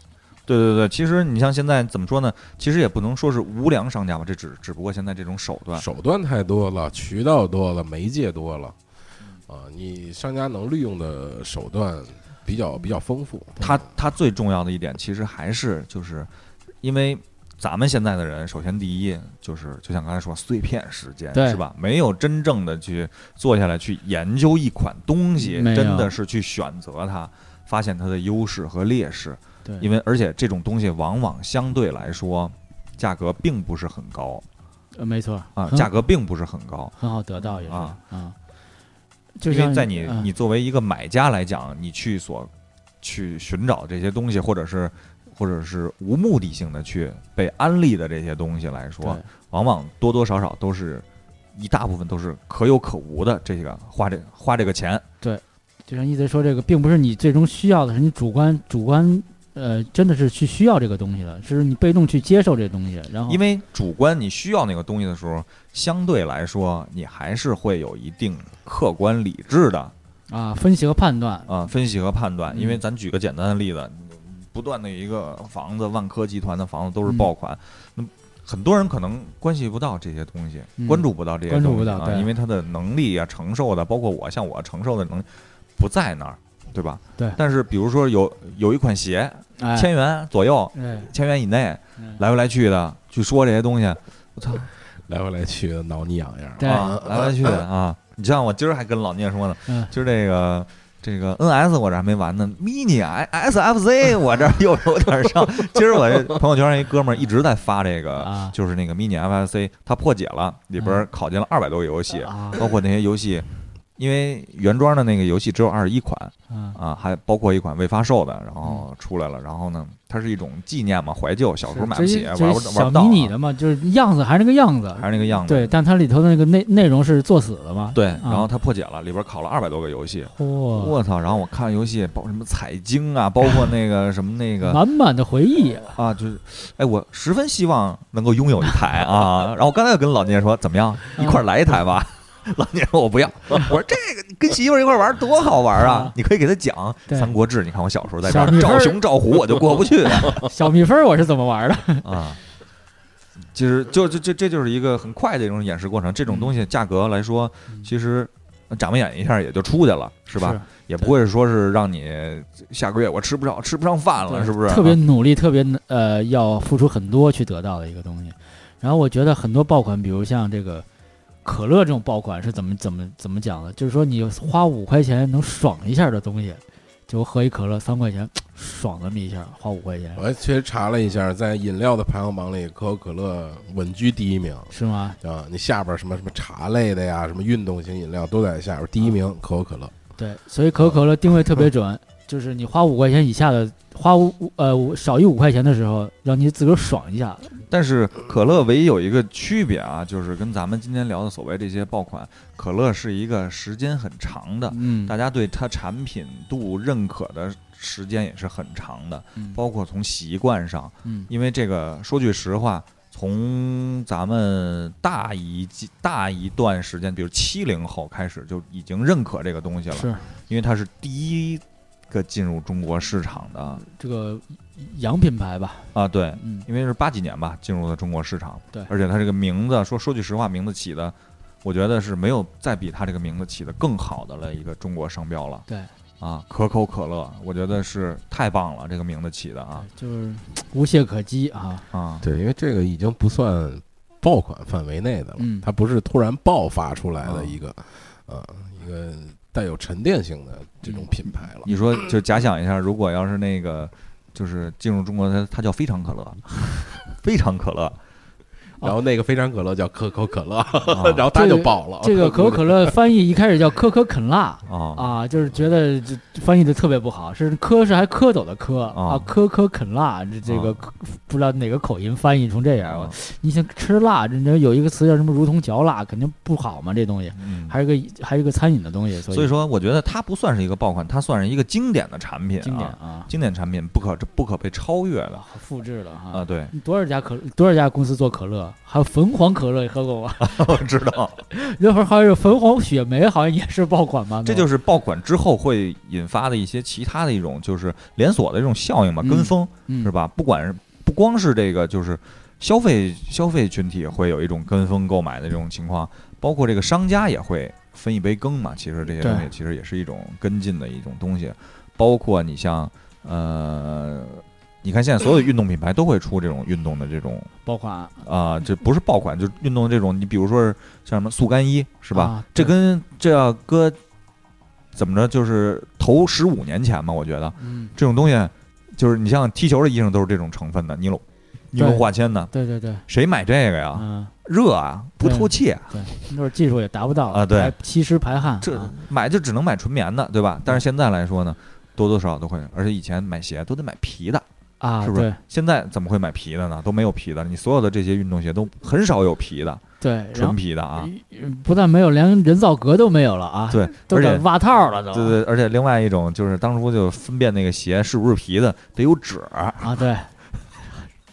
S3: 对对对，其实你像现在怎么说呢？其实也不能说是无良商家吧，这只只不过现在这种手段。
S1: 手段太多了，渠道多了，媒介多了，啊，你商家能利用的手段比较比较丰富，
S3: 它它最重要的一点，其实还是就是因为咱们现在的人，首先第一就是就像刚才说，碎片时间
S2: 对
S3: 是吧？没有真正的去坐下来去研究一款东西，
S2: 没有
S3: 真的是去选择它，发现它的优势和劣势。
S2: 对，
S3: 因为而且这种东西往往相对来说价格并不是很高
S2: 呃，没错
S3: 啊，
S2: 很
S3: 价格并不是很高。
S2: 很好得到也是
S3: 啊
S2: 啊，就
S3: 因
S2: 像
S3: 为在你
S2: 嗯
S3: 你作为一个买家来讲，你去所去寻找这些东西，或者是或者是无目的性的去被安利的这些东西来说
S2: 对，
S3: 往往多多少少都是一大部分都是可有可无的。这个花这花这个钱，
S2: 就像一直说这个，并不是你最终需要的，是你主观主观呃，真的是去需要这个东西了，是你被动去接受这东西，然后
S3: 因为主观你需要那个东西的时候，相对来说你还是会有一定客观理智的
S2: 啊分析和判断，
S3: 啊，分析和判断。因为
S2: 嗯
S3: 咱举个简单的例子，不断的一个房子，万科集团的房子都是
S2: 嗯
S3: 爆款，那么很多人可能关系不到这些东西，
S2: 嗯
S3: 关注不到这些
S2: 关注
S3: 东西
S2: 不到
S3: 啊，
S2: 对
S3: 因为他的能力啊、承受的，包括我像我承受的能力不在那儿，对吧？
S2: 对
S3: 但是比如说有有一款鞋，
S2: 哎，
S3: 千元左右，
S2: 哎，
S3: 千元以内，
S2: 嗯
S3: 来回来去的去说这些东西，我操，
S1: 来回来去的挠你痒痒，
S2: 对
S3: 啊，来来去去啊！你像我今儿还跟老聂说呢，
S2: 嗯
S3: 今儿这个这个 NS 我这还没完呢，mini I SFC 我这儿又有点上。今儿我这朋友圈上一哥们儿一直在发这个，
S2: 啊
S3: 就是那个 mini FSC，他破解了，里边儿考进了二百多个游戏，
S2: 嗯啊
S3: 包括那些游戏。因为原装的那个游戏只有二十一款
S2: 啊
S3: 啊，还包括一款未发售的，然后出来了。然后呢，它是一种纪念嘛，怀旧，小时候买不起，玩
S2: 就
S3: 不
S2: 嗯是
S3: 玩
S2: 小
S3: 不
S2: 迷
S3: 到啊，
S2: 你的嘛，就是样子还是那个样子，
S3: 还是那个样子。
S2: 对，但它里头的那个内内容是作死的嘛，
S3: 对，
S2: 啊哦
S3: 然后他破解了，里边考了二百多个游戏，
S2: 哇，
S3: 我操！然后我看游戏，包括什么彩晶啊，包括那个什么 那个
S2: 满满的回忆，
S3: 啊，就是，哎，我十分希望能够拥有一台啊。然后我刚才又跟老聂说，怎么样，一块儿来一台吧。 老年人我不要。我说这个你跟媳妇儿一块儿玩儿多好玩儿啊
S2: 啊！
S3: 你可以给她讲《
S2: 对
S3: 三国志》，你看我小时候在
S2: 小
S3: 玩儿，
S2: 蜜蜂
S3: 照
S2: 儿
S3: 熊照虎我就过不去了
S2: 小蜜蜂儿我是怎么玩的？
S3: 啊。其实就就这这就是一个很快的一种演示过程，这种
S2: 嗯
S3: 东西价格来说，其实眨巴眼一下也就出去了，是吧？？也不会说是让你下个月我吃不上吃不上饭了，
S2: 对
S3: 是不是？啊
S2: 特别努力，特别呃，要付出很多去得到的一个东西。然后我觉得很多爆款，比如像这个可乐这种爆款是怎么怎么怎么讲的？就是说你花五块钱能爽一下的东西，就喝一可乐三块钱，爽那么一下，花五块钱
S1: 我还其实查了一下，在饮料的排行榜里，可口可乐稳居第一名
S2: 是吗？
S1: 啊。你下边儿什么什么茶类的呀，什么运动型饮料都在下边儿，第一名可口可乐。
S2: 对，所以可口可乐定位特别准，就是你花五块钱以下的，花五五呃五少于五块钱的时候，让你自个儿爽一下。
S3: 但是可乐唯一有一个区别啊，就是跟咱们今天聊的所谓这些爆款，可乐是一个时间很长的，
S2: 嗯，
S3: 大家对它产品度认可的时间也是很长的，
S2: 嗯
S3: 包括从习惯上，
S2: 嗯
S3: 因为这个说句实话，从咱们大一季大一段时间，比如七零后开始就已经认可这个东西了，
S2: 是
S3: 因为它是第一个进入中国市场的
S2: 这个洋品牌吧？
S3: 啊，对，
S2: 嗯，
S3: 因为是八几年吧进入了中国市场，
S2: 对
S3: 而且它这个名字说说句实话，名字起的，我觉得是没有再比它这个名字起的更好的了一个中国商标了
S2: 对。
S3: 啊，可口可乐，我觉得是太棒了，这个名字起的啊
S2: 就是无懈可击啊。
S3: 啊，
S1: 对，因为这个已经不算爆款范围内的了，
S2: 嗯
S1: 它不是突然爆发出来
S3: 啊
S1: 的一个，呃，一个带有沉淀性的这种品牌了。
S3: 你说就假想一下，如果要是那个就是进入中国，它它叫非常可乐， 非常可乐，
S1: 哦然后那个非常可乐叫可口可乐，
S3: 啊
S1: 然后它就爆了。
S2: 这个可口可 乐翻译一开始叫可可肯辣
S3: 啊
S2: 啊，就是觉得这翻译的特别不好，是蝌是还蝌蚪的蝌
S3: 啊
S2: 啊，可可肯辣，这这个不知道哪个口音翻译成这样。
S3: 啊
S2: 我你想吃辣，这这有一个词叫什么“如同嚼蜡”，肯定不好嘛，这东西。
S3: 嗯
S2: 还有一个还有一个餐饮的东西，所
S3: 所以说，我觉得它不算是一个爆款，它算是一个经典的产品、啊，
S2: 经典啊，
S3: 经典产品不可不可被超越的
S2: 复制了哈
S3: 啊，。对，
S2: 多少家可多少家公司做可乐，还有汾黄可乐，你喝过吗？
S3: 我知道。
S2: 那会儿好像有汾黄雪梅，好像也是爆款吧？
S3: 这就是爆款之后会引发的一些其他的一种，就是连锁的一种效应嘛，
S2: 嗯
S3: 跟风、
S2: 嗯
S3: 是吧？不管是不光是这个，就是消费消费群体会有一种跟风购买的这种情况，包括这个商家也会分一杯羹嘛。其实这些
S2: 对
S3: 东西其实也是一种跟进的一种东西，包括你像呃，你看现在所有运动品牌都会出这种运动的这种
S2: 爆款
S3: 啊、这不是爆款，就是运动这种，你比如说是像什么速干衣，是吧？
S2: 啊
S3: 这
S2: 对
S3: 跟这要搁怎么着，就是头十五年前嘛，我觉得
S2: 嗯，
S3: 这种东西，就是你像踢球的衣裳都是这种成分的，尼龙、尼龙
S2: 对
S3: 化纤的，
S2: 对对对，
S3: 谁买这个呀？
S2: 嗯，
S3: 热啊，不
S2: 对
S3: 透气，
S2: 那会儿技术也达不到
S3: 啊对
S2: 还吸湿排汗，
S3: 这
S2: 啊
S3: 买就只能买纯棉的，对吧？但是现在来说呢，多多少少都会，而且以前买鞋都得买皮的，
S2: 啊，
S3: 是不是
S2: 对？
S3: 现在怎么会买皮的呢？都没有皮的，你所有的这些运动鞋都很少有皮的，
S2: 对，然
S3: 纯
S2: 后
S3: 皮的啊。
S2: 不但没有，连人造革都没有了啊，，
S3: 对，
S2: 都
S3: 而
S2: 改
S3: 且
S2: 袜套了都，
S3: 对对，而且另外一种就是当初就分辨那个鞋是不是皮的，得有褶儿。
S2: 啊对，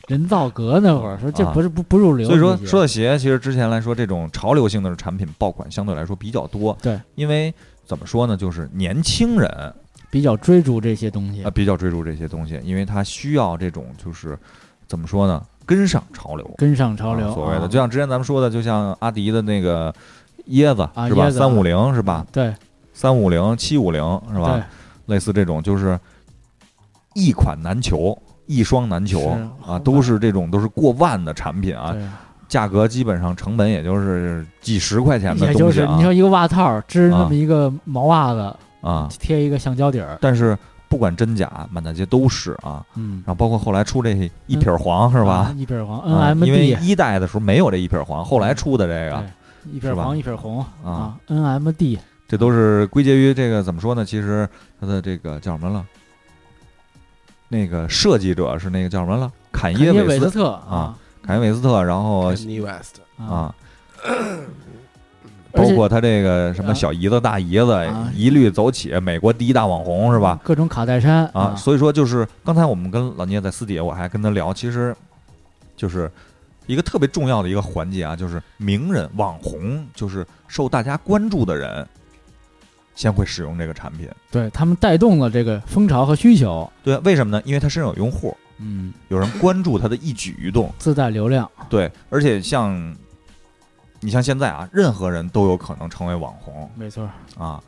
S2: 人造革那会儿说这
S3: 啊
S2: 不是不不入流，
S3: 所以说
S2: 这，些
S3: 说到鞋，其实之前来说，这种潮流性的产品爆款相对来说比较多。
S2: 对，
S3: 因为怎么说呢，就是年轻人啊、
S2: 比较追逐这些东西
S3: 呃，比较追逐这些东西，因为他需要这种就是怎么说呢，跟上潮流，
S2: 跟上潮流，
S3: 啊所谓的，
S2: 啊
S3: 就像之前咱们说的，就像阿迪的那个椰子、
S2: 啊
S3: 是吧？
S2: 椰子
S3: 三五零是吧？
S2: 对
S3: 三五零、七五零是吧？
S2: 对
S3: 类似这种，就是一款难求，一双难求
S2: 是
S3: 啊，都是这种都是过万的产品啊，
S2: 对，
S3: 价格基本上成本也就是几十块钱的
S2: 也
S3: 东
S2: 就
S3: 西
S2: 是
S3: 啊
S2: 你说一个袜套织
S3: 啊
S2: 那么一个毛袜子，
S3: 啊，
S2: 贴一个橡胶底儿，
S3: 但是。不管真假，满大街都是啊，
S2: 嗯
S3: 然，后包括后来出这一撇黄是吧
S2: 啊？？一边黄
S3: 啊
S2: NMD，
S3: 因为一代的时候没有这一撇黄，后来出的这个
S2: 对，一边
S3: 是吧
S2: 黄一边红
S3: 啊
S2: 啊，NMD
S3: 这都是归结于这个怎么说呢？其实它的这个叫什么了？那个设计者是那个叫什么了？坎耶
S2: 耶
S3: 韦
S2: 韦
S3: 斯
S2: 斯，特
S3: 啊坎耶韦斯特，然后
S1: Kanye West，
S2: 啊，
S3: 啊，
S2: 而
S3: 包
S2: 且
S3: 括他这个什么
S2: 啊
S3: 小姨子、大姨子
S2: 啊，
S3: 一律走起，美国第一大网红是吧？
S2: 嗯各种卡戴珊
S3: 啊，所以说就是刚才我们跟老聂在私底下，我还跟他聊，其实就是一个特别重要的一个环节啊，就是名人、网红，就是受大家关注的人，先会使用这个产品。
S2: 对他们带动了这个风潮和需求，
S3: 对，为什么呢？因为他身上有用户，
S2: 嗯，
S3: 有人关注他的一举一动。
S2: 自带流量，
S3: 对，而且像你像现在啊，任何人都有可能成为网红
S2: 没错，
S3: 啊。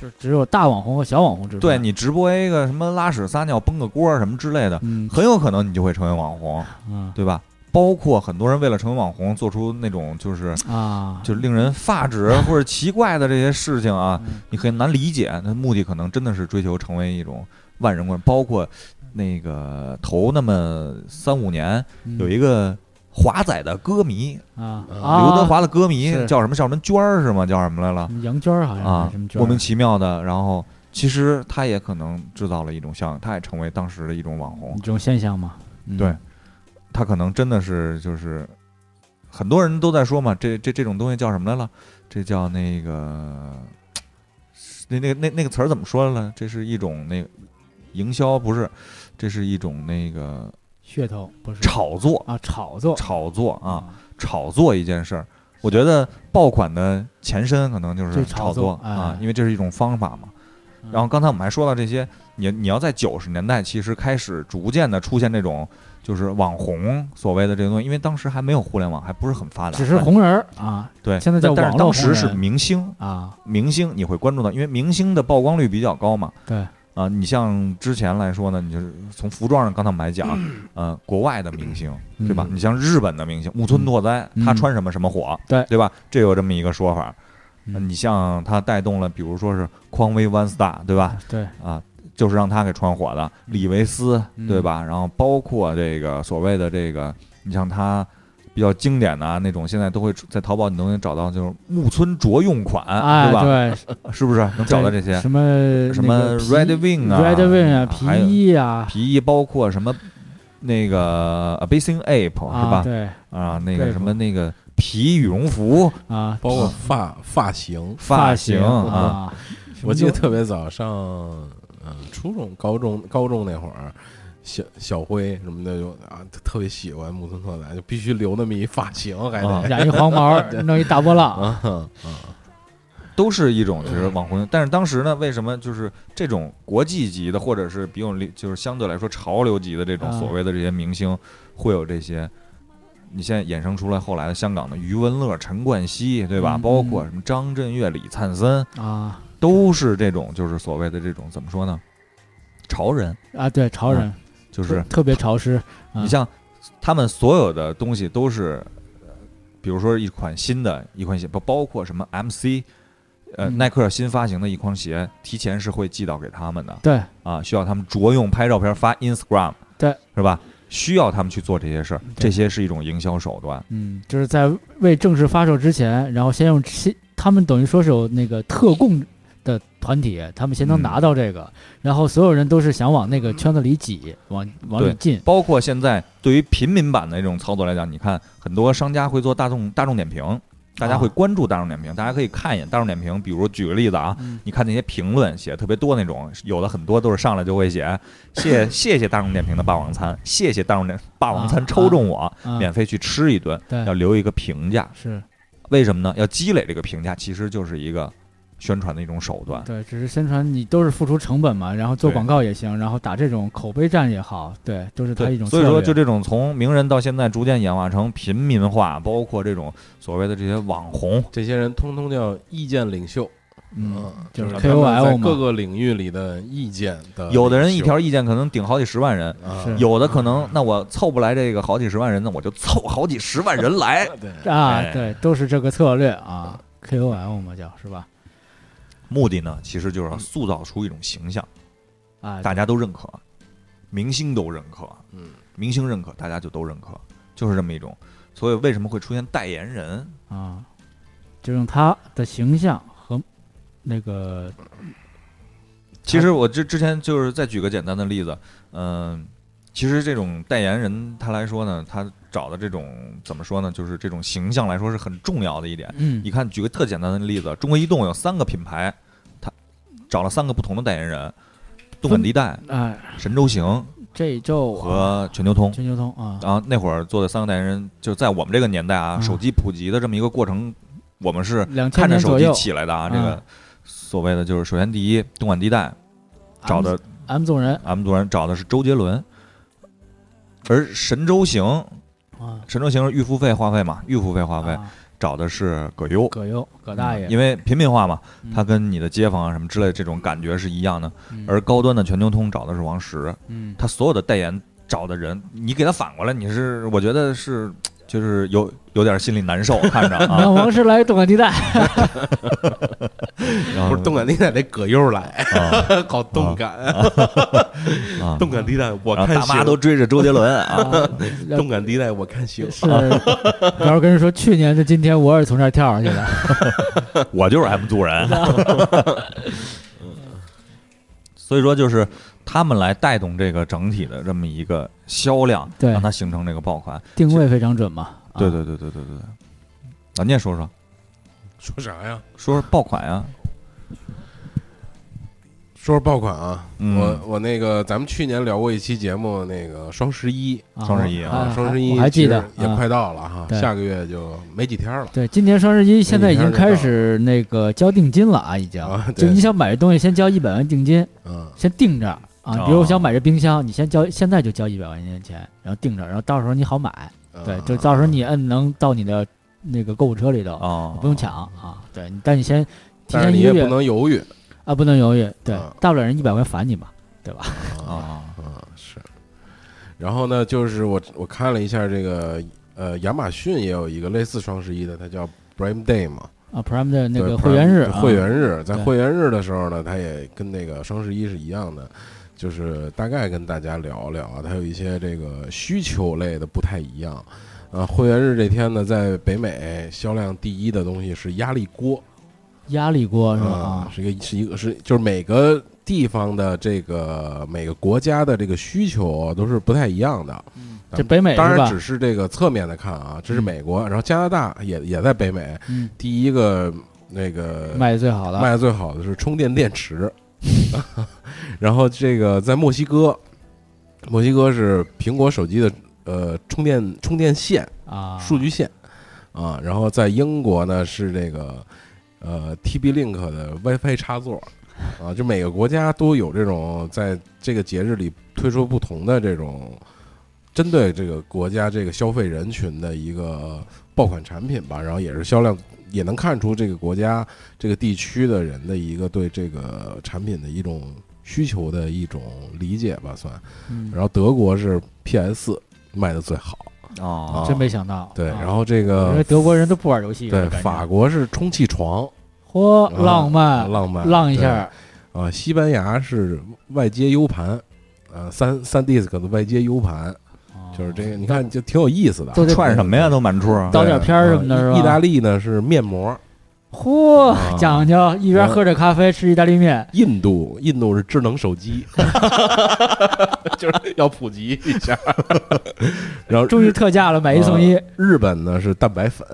S2: 就是只有大网红和小网红之分。
S3: 对，你直播一个什么拉屎撒尿崩个锅儿什么之类的，
S2: 嗯
S3: 很有可能你就会成为网红，
S2: 嗯
S3: 对吧？包括很多人为了成为网红，做出那种就是
S2: 啊，
S3: 就令人 发指或者奇怪的这些事情啊，
S2: 嗯
S3: 你很难理解。那目的可能真的是追求成为一种万人观，包括那个头那么三五年
S2: 嗯
S3: 有一个华仔的歌迷，
S2: 啊，
S1: 呃
S2: 啊
S3: 刘德华的歌迷
S2: 是
S3: 叫什么？叫什么娟儿是吗？叫什么来了？
S2: 嗯杨娟儿好像
S3: 啊
S2: 是什么，娟儿
S3: 莫名其妙的。然后其实他也可能制造了一种效应，他也成为当时的一种网红
S2: 这。种现象嘛，嗯
S3: 对，他可能真的是就是很多人都在说嘛，这这这种东西叫什么来了？这叫那个那那那那个词儿怎么说来了？这是一种那个营销，不是？这是一种那个
S2: 噱头不是
S3: 炒作，
S2: 啊，炒作嗯
S3: 炒作啊，，炒作一件事儿。我觉得爆款的前身可能就
S2: 就是是炒
S3: 炒作
S2: 作
S3: 啊
S2: 哎，
S3: 因为这是一种方法嘛。
S2: 嗯
S3: 然后刚才我们还说到这些，你你要在九十年代其实开始逐渐的出现这种就是网红所谓的这个东西，因为当时还没有互联网，还不是很发达，
S2: 只是红人儿啊
S3: 对。
S2: 现在叫
S3: 但但
S2: 网
S3: 是
S2: 络红
S3: 当时是
S2: 人
S3: 明星，
S2: 啊，
S3: 明星你会关注到，因为明星的曝光率比较高嘛。
S2: 对
S3: 啊、你像之前来说呢，你就是从服装上，刚才我们还 讲，呃，国外的明星，对吧？
S2: 嗯
S3: 你像日本的明星木村拓哉，
S2: 嗯
S3: 他穿什么什么火，
S2: 对
S3: 对吧？这有这么一个说法。呃
S2: 嗯
S3: 你像他带动了，比如说是匡威 One Star，对吧？
S2: 对
S3: 啊，就是让他给穿火的，李维斯，
S2: 嗯
S3: 对吧？然后包括这个所谓的这个，你像他比较经典的、啊、那种，现在都会出在淘宝你都能找到，就是木村着用款，
S2: 哎
S3: 对吧？
S2: 对，
S3: 啊是不是能找到这些
S2: 什么
S3: 什么 Red Wing 啊
S2: Red Wing 啊，
S3: 还有
S2: 皮衣啊，
S3: 皮衣？包括什么那个 Amazing Ape 是
S2: 啊
S3: 吧？
S2: 对
S3: 啊，那个
S2: 对
S3: 什么那个皮羽绒服、
S2: 啊，
S1: 包括发发型，
S3: 发
S2: 型嗯
S3: 啊，，
S2: 什么
S1: 我记得
S2: 就
S1: 特别早上，嗯，初中、高中、高中那会儿，小小辉什么的就啊，特特别喜欢木村拓哉，就必须留那么一发型，还得
S3: 啊
S2: 染一黄毛， 弄一大波浪，
S1: 啊啊
S3: 都是一种就是网红，但是当时呢，为什么就是这种国际级的，或者是比我们就是相对来说潮流级的这种
S2: 啊
S3: 所谓的这些明星，会有这些？你现在衍生出来后来的香港的余文乐、陈冠希，对吧？
S2: 嗯
S3: 包括什么张震岳、李灿森，
S2: 啊
S3: 都是这种就是所谓的这种怎么说呢？潮人，
S2: 啊，对，潮人
S3: 就是
S2: 特别潮湿，啊
S3: 你像他们所有的东西都是，呃比如说一款新的一款鞋，不包括什么 MC，呃，
S2: 嗯
S3: 耐克新发行的一双鞋，提前是会寄到给他们的
S2: 对，
S3: 啊，需要他们着用拍照片发 Instagram，
S2: 对，
S3: 是吧？需要他们去做这些事儿，
S2: 对
S3: 这些是一种营销手段。
S2: 嗯，就是在未正式发售之前，然后先用先他们等于说是有那个特供的团体，他们先能
S3: 嗯
S2: 拿到这个，然后所有人都是想往那个圈子里挤，往往里
S3: 对
S2: 进，
S3: 包括现在对于平民版的这种操作来讲，你看很多商家会做大众大众点评，大家
S2: 啊
S3: 会关注大众点评，大家可以看一眼大众点评。比如举个例子啊，
S2: 嗯
S3: 你看那些评论写特别多那种，有的很多都是上来就会写 谢谢谢大众点评的霸王餐，谢谢大众点霸王餐
S2: 啊
S3: 抽中我，
S2: 啊，
S3: 免费去吃一顿，
S2: 对
S3: 要留一个评价。
S2: 是
S3: 为什么呢？要积累这个评价，其实就是一个宣传的一种手段。
S2: 对，只是宣传你都是付出成本嘛，然后做
S3: 对
S2: 广告也行，然后打这种口碑战也好，对，都是他一种
S3: 所以
S2: 策
S3: 说
S2: 略
S3: 就这种从名人到现在逐渐演化成平民化，包括这种所谓的这些网红，
S1: 这些人通通叫意见领袖，
S2: 嗯，就
S1: 就是他
S2: 是
S1: 们
S2: KOL
S1: 在
S2: 嘛
S1: 各个领域里的意见的，
S3: 有的人一条意见可能顶好几十万人，
S1: 啊，
S2: 是
S3: 有的可
S2: 嗯
S3: 能那我凑不来这个好几十万人，那我就凑好几十万人来
S1: 对，
S2: 啊
S3: 哎，
S2: 对，都是这个策略啊，KOL 嘛叫是吧？
S3: 目的呢，其实就是要塑造出一种形象，
S2: 啊，
S3: 大家都认可，明星都认可，
S1: 嗯，
S3: 明星认可，大家就都认可，就是这么一种。所以为什么会出现代言人？
S2: 啊，就用他的形象和那个
S3: 其实我之之前就是再举个简单的例子，嗯、其实这种代言人他来说呢，他找的这种怎么说呢，就是这种形象来说是很重要的一点。
S2: 嗯
S3: 你看，举个特简单的例子，中国移动有三个品牌，他找了三个不同的代言人，动感地带、
S2: 哎
S3: 神州行
S2: 这一周我
S3: 和全球通。
S2: 全球通啊，
S3: 然后那会儿做的三个代言人，就在我们这个年代啊，
S2: 嗯
S3: 手机普及的这么一个过程，我们是
S2: 两千
S3: 看着
S2: 年
S3: 手
S2: 左
S3: 机
S2: 右
S3: 起来的啊。
S2: 嗯
S3: 这个所谓的就是，首先第一，东莞地带找的
S2: 啊 M 总人
S3: M 族人找的是周杰伦，而神州行，
S2: 啊，
S3: 神州行是预付费话费嘛，预付费话费
S2: 啊
S3: 找的是葛优。
S2: 葛优葛大爷，
S3: 嗯因为贫民化嘛，
S2: 嗯
S3: 他跟你的街坊啊什么之类这种感觉是一样的。
S2: 嗯
S3: 而高端的全球通找的是王石，
S2: 嗯
S3: 他所有的代言找的人，你给他反过来，你是我觉得是就是有有点心里难受，看着 啊
S2: 让，王石来东莞地带，
S3: 然
S1: 不
S3: 后
S1: 是动感地带得葛优来，
S3: 啊
S1: 搞动感，
S3: 啊，
S1: 动感地带我
S3: 然后
S1: 看
S3: 大妈
S1: 行
S3: 都追着周杰伦 啊，
S2: 啊
S1: 动感地带我看行，
S2: 是，然后跟人说去年的今天我也是从这儿跳上去的，
S3: 我就是 M 族人，所以说就是他们来带动这个整体的这么一个销量，
S2: 对
S3: 让它形成这个爆款。
S2: 定位非常准嘛。啊
S3: 对对对对对对对，啊，你也说说，
S1: 说啥呀？
S3: 说说爆款呀，
S1: 说说爆款啊，
S3: 嗯
S1: 我我那个咱们去年聊过一期节目，那个双十一
S2: 啊
S3: 双十一啊
S2: 我
S1: 双十一
S2: 我还
S1: 其
S2: 记
S1: 实
S2: 得
S1: 也
S2: 啊
S1: 快到了哈，
S2: 对
S1: 下个月就没几天了。
S2: 对，今年双十一现在已经开始那个交定金了啊，已经
S1: 啊。对
S2: 就你想买这东西，先交一百万定金，
S1: 嗯，
S2: 先定这儿啊。比如我想买这冰箱，你先交，现在就交一百块钱钱，然后定这儿，然后到时候你好买。对，
S1: 嗯
S2: 就到时候你摁能到你的那个购物车里头，
S3: 啊，
S2: 不用抢啊。对，但你先提
S1: 哦但是
S2: 前
S1: 你
S2: 一
S1: 也
S2: 个
S1: 不
S2: 月
S1: 能犹豫
S2: 啊，不能犹豫。对
S1: 啊，
S2: 大不了人一百块返你嘛。
S1: 啊，
S3: 啊，
S1: 嗯是。然后呢，就是我我看了一下这个，呃，亚马逊也有一个类似双十一的，它叫 Prime Day 嘛，
S2: 啊，Prime 的那
S1: 对
S2: 个会员日
S1: 对
S2: 啊，
S1: 会员日，在
S2: 对
S1: 会员日的时候呢，它也跟那个双十一是一样的，就是大概跟大家聊聊啊，它有一些这个需求类的不太一样。呃，会员日这天呢，在北美销量第一的东西是压力锅，
S2: 压力锅是吧？
S1: 啊、
S2: 啊，
S1: 是一个是一个是就是每个地方的这个每个国家的这个需求啊都是不太一样的。咱
S2: 啊这
S1: 们
S2: 北美
S1: 当
S2: 哎是
S1: 然
S2: 吧
S1: 只？是这个侧面的看啊，这是
S2: 嗯
S1: 美国，然后加拿大也也在北美
S2: 嗯，
S1: 第一个那个
S2: 卖的最好的，
S1: 卖的最好的是充电电池， 然后这个在墨西哥，墨西哥是苹果手机的呃充电充电线
S2: 啊，
S1: 数据线啊，然后在英国呢是这个呃 TB Link 的 WiFi 插座啊，就每个国家都有这种在这个节日里推出不同的这种针对这个国家这个消费人群的一个爆款产品吧，然后也是销量。也能看出这个国家、这个地区的人的一个对这个产品的一种需求的一种理解吧，算。
S2: 嗯
S1: 然后德国是 PS 四卖的最好，
S3: 啊
S2: 真没想到。
S1: 对，
S2: 啊
S1: 然后这
S2: 因为
S1: 个
S2: 德国人都不玩游戏，
S1: 呃对
S2: 感觉
S1: 法国是充气床，
S2: 嚯
S1: 啊
S2: 浪漫
S1: 浪漫
S2: 浪一下，
S1: 对啊，西班牙是外接 U 盘，呃，三三 disc 的外接 U 盘，
S2: 啊
S1: 就是这个，你看就挺有意思的啊。
S2: 都得
S3: 串什么呀？都 满处啊
S2: 刀绞片儿什么的
S1: 啊意
S2: 是吧
S1: 意大利呢是面膜，
S2: 嚯
S1: 啊
S2: 讲究，一边喝着咖啡吃意大利面，
S1: 印度印度是智能手 机，就是要普及一 下。然后
S2: 终于特价了，买一送一
S1: 啊。日本呢是蛋白粉，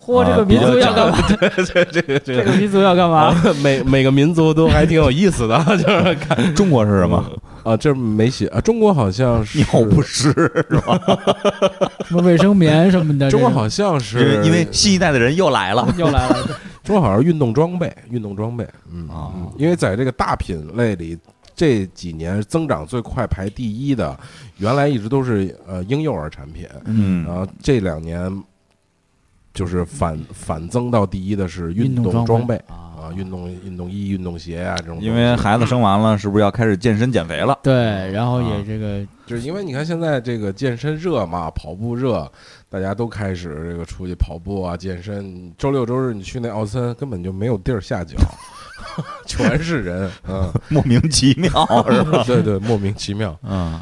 S2: 嚯，这个民族要 干嘛？
S1: 这个这
S2: 这个民族要干嘛？
S1: 啊， 每每个民族都还挺有意思的，就是看
S3: 中国是什么？
S1: 啊，这没写啊，中国好像 是
S3: 尿不湿是吧？
S2: 什么卫生棉什么的？
S1: 中国
S2: 这种
S1: 好像
S3: 因为
S1: 是
S3: 因为新一代的人又来了
S2: 又 来了，
S1: 中国好像是运动装备，运动装备，嗯，
S3: 啊
S1: 嗯因为在这个大品类里，这几年增长最快排第一的，原来一直都是呃婴幼儿产品，
S3: 嗯
S1: 然后这两年就是反反增到第一的是
S2: 运
S1: 动
S2: 动
S1: 装
S2: 备
S1: 啊
S2: 啊，
S1: 运动运动衣、运动鞋啊这种东西，
S3: 嗯因为孩子生完了，是不是要开始健身减肥了？
S2: 对，然后
S3: 啊
S2: 也这个
S1: 就是因为你看现在这个健身热嘛，跑步热，大家都开始这个出去跑步啊、健身。周六周日你去那奥森根本就没有地儿下脚， 全是人，嗯，
S3: 莫名其妙
S2: 哦
S3: 是吧？
S1: 对对，莫名其妙，
S3: 嗯，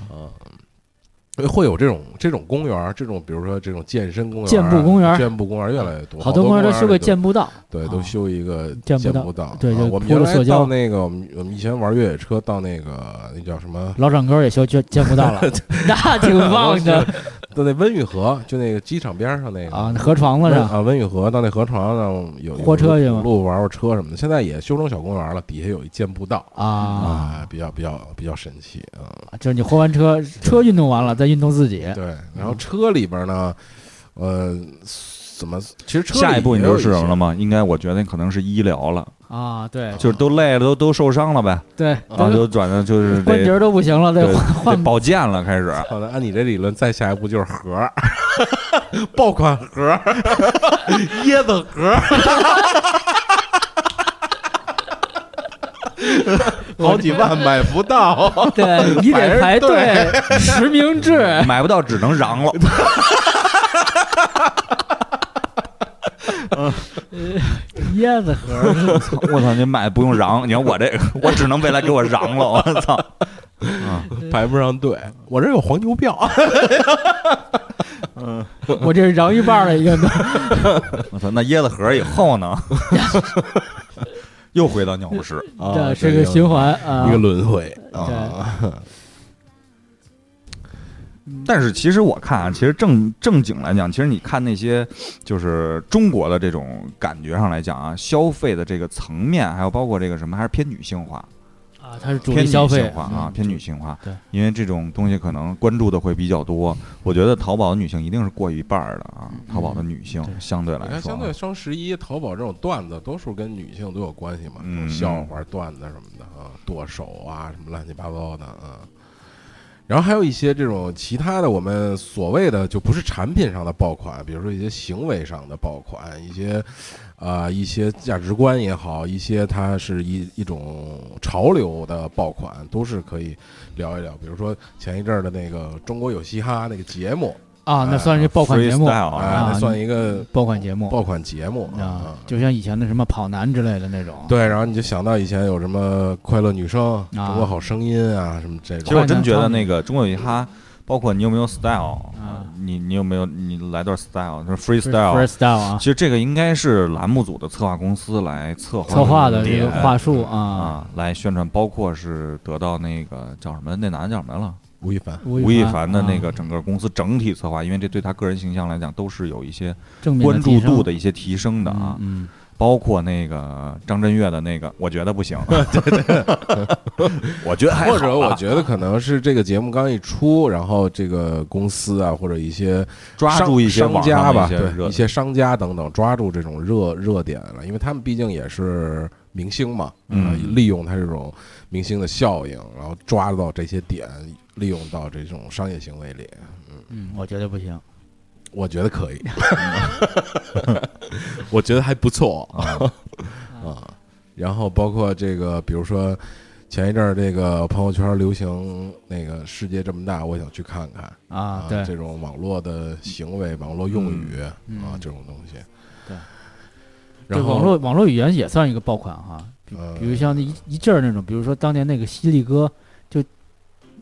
S1: 会有这种这种公园儿，这种比如说这种健身公园儿啊、
S2: 健步公园儿
S1: 健步公园儿越来越多，
S2: 好
S1: 多
S2: 多公园都
S1: 儿
S2: 修个
S1: 里都
S2: 健步道，
S1: 对，都
S2: 啊
S1: 修一个
S2: 见不到
S1: 不到。
S2: 对
S1: 啊
S2: 就
S1: 我们
S2: 铺
S1: 原
S2: 着
S1: 来
S2: 塑胶
S1: 到那个，我们我们以前玩越野车到那个那叫什么？
S2: 老掌沟也修健健步道了，那挺棒的。
S1: 到那温榆河，就那个机场边上那个
S2: 啊，河床子
S1: 温
S2: 上，
S1: 啊，温榆河到那河床上有
S2: 货车去
S1: 有
S2: 吗
S1: 路玩玩车什么的，现在也修成小公园了，底下有一健步道
S2: 啊，
S1: 啊，比较比较比较神奇啊。
S2: 就是你活完车，车运动完了，再运动自己。
S3: 哎
S1: 对，然后车里边呢，呃，怎么？其实车
S3: 下一步你
S1: 就
S3: 就是什么了吗？应该我觉得可能是医疗了，
S2: 啊，对
S3: 就是都累了，都都受伤了呗，
S2: 对，
S1: 啊
S3: 然后
S2: 都
S3: 就转到就是
S2: 关节
S3: 得
S2: 儿都不行了，
S3: 对
S2: 得换
S3: 得
S2: 换
S3: 保健了，开始。
S1: 好的，按你这理论，再下一步就是盒儿， 爆款盒儿，椰子盒儿， 好几万买不到。
S2: 对，你得
S1: 排
S2: 排
S1: 队
S2: 队，实名制。
S3: 买不到只能瓤 了，
S2: 椰子盒儿是
S3: 我操！你买不用瓤，你看我这个，我只能未来给我瓤了，我操！
S1: 排不上队，我这有黄牛票。
S2: 我这是饶一半儿了已经
S3: 啊
S2: 都。
S3: 我操！那椰子核以后呢？ 又回到尿不湿，
S2: 这是个循环啊
S1: 啊一个。轮回
S2: 啊
S1: 啊。
S3: 但是其实我看啊，其实正正经来讲，其实你看那些就是中国的这种感觉上来讲啊，消费的这个层面，还有包括这个什么，还是偏女性化，
S2: 啊，它是主
S3: 偏
S2: 力
S3: 女
S2: 消费嗯
S3: 性化啊，偏女。性化。
S2: 对，
S3: 因为这种东西可能关注的会比较多。我觉得淘宝的女性一定是过一半儿的啊，淘宝的女性
S2: 嗯对
S3: 相对
S1: 你
S3: 来
S1: 看，
S3: 说啊
S1: 相，对双十一、淘宝这种段子，多数跟女性都有关系嘛，
S3: 嗯
S1: 这种笑话、段子什么的啊，剁手啊，什么乱七八糟的啊。然后还有一些这种其他的，我们所谓的就不是产品上的爆款，比如说一些行为上的爆款，一些啊、一些价值观也好，一些它是一一种潮流的爆款，都是可以聊一聊。比如说前一阵儿的那个《中国有嘻哈》那个节目
S2: 啊，那算是爆款节目，
S3: Freestyle 啊
S1: 啊，那算一个
S2: 爆款节目
S1: 爆款节目啊
S2: 啊，。就像以前的什么跑男之类的那种。
S1: 对，然后你就想到以前有什么《快乐女声》
S2: 啊
S1: 《中国好声音》啊，什么这
S3: 其实
S1: 种
S3: 我真觉得那个中国有嘻哈，包括你有没有 style，
S2: 啊
S3: 你你有没有你来段 style，就是
S2: freestyle
S3: freestyle。
S2: freestyle 啊
S3: 其，实这个应该是栏目组的策划公司来策划
S2: 策划的这
S3: 这
S2: 个话术啊，
S3: 啊，来宣传，包括是得到那个叫什么，那男的叫什么来了？
S1: 吴亦凡
S2: 吴
S3: 吴亦
S2: 凡
S3: 凡的那
S2: 啊
S3: 个整个公司整体策划，因为这对他个人形象来讲都是有一些
S2: 正面
S3: 关注度
S2: 的
S3: 的一些提升
S2: 提
S3: 的
S2: 升
S3: 啊，
S2: 嗯，
S3: 包括那个张震岳的那个，我觉得不行， 我觉得还好
S1: 或者我
S3: 吧
S1: 觉得可能是这个节目刚一出，然后这个公司啊，或者一些
S3: 抓
S1: 商
S3: 住一些
S1: 商
S3: 网
S1: 家
S3: 上的
S1: 吧，
S3: 一些
S1: 对
S3: 热
S1: 一
S3: 点
S1: 些商家等等，抓住这种热热点了，因为他们毕竟也是明星嘛，
S3: 嗯
S1: 呃利用他这种明星的效应，然后抓到这些点，利用到这种商业行为里，
S2: 嗯，我觉得不行。
S1: 我觉得可以， 我觉得还不错
S3: 啊
S2: 嗯
S1: 啊。然后包括这个，比如说前一阵儿这个朋友圈流行那个“世界这么大，我想去看看”
S2: 啊，对，
S1: 这种网络的行为、网络用语
S2: 嗯
S1: 啊
S2: 嗯
S1: 这种东西。
S2: 对，
S1: 然
S2: 对
S1: 后
S2: 网络网络语言也算一个爆款啊哈，比
S1: 呃
S2: 比如像那一一阵儿那种，比如说当年那个犀利哥，就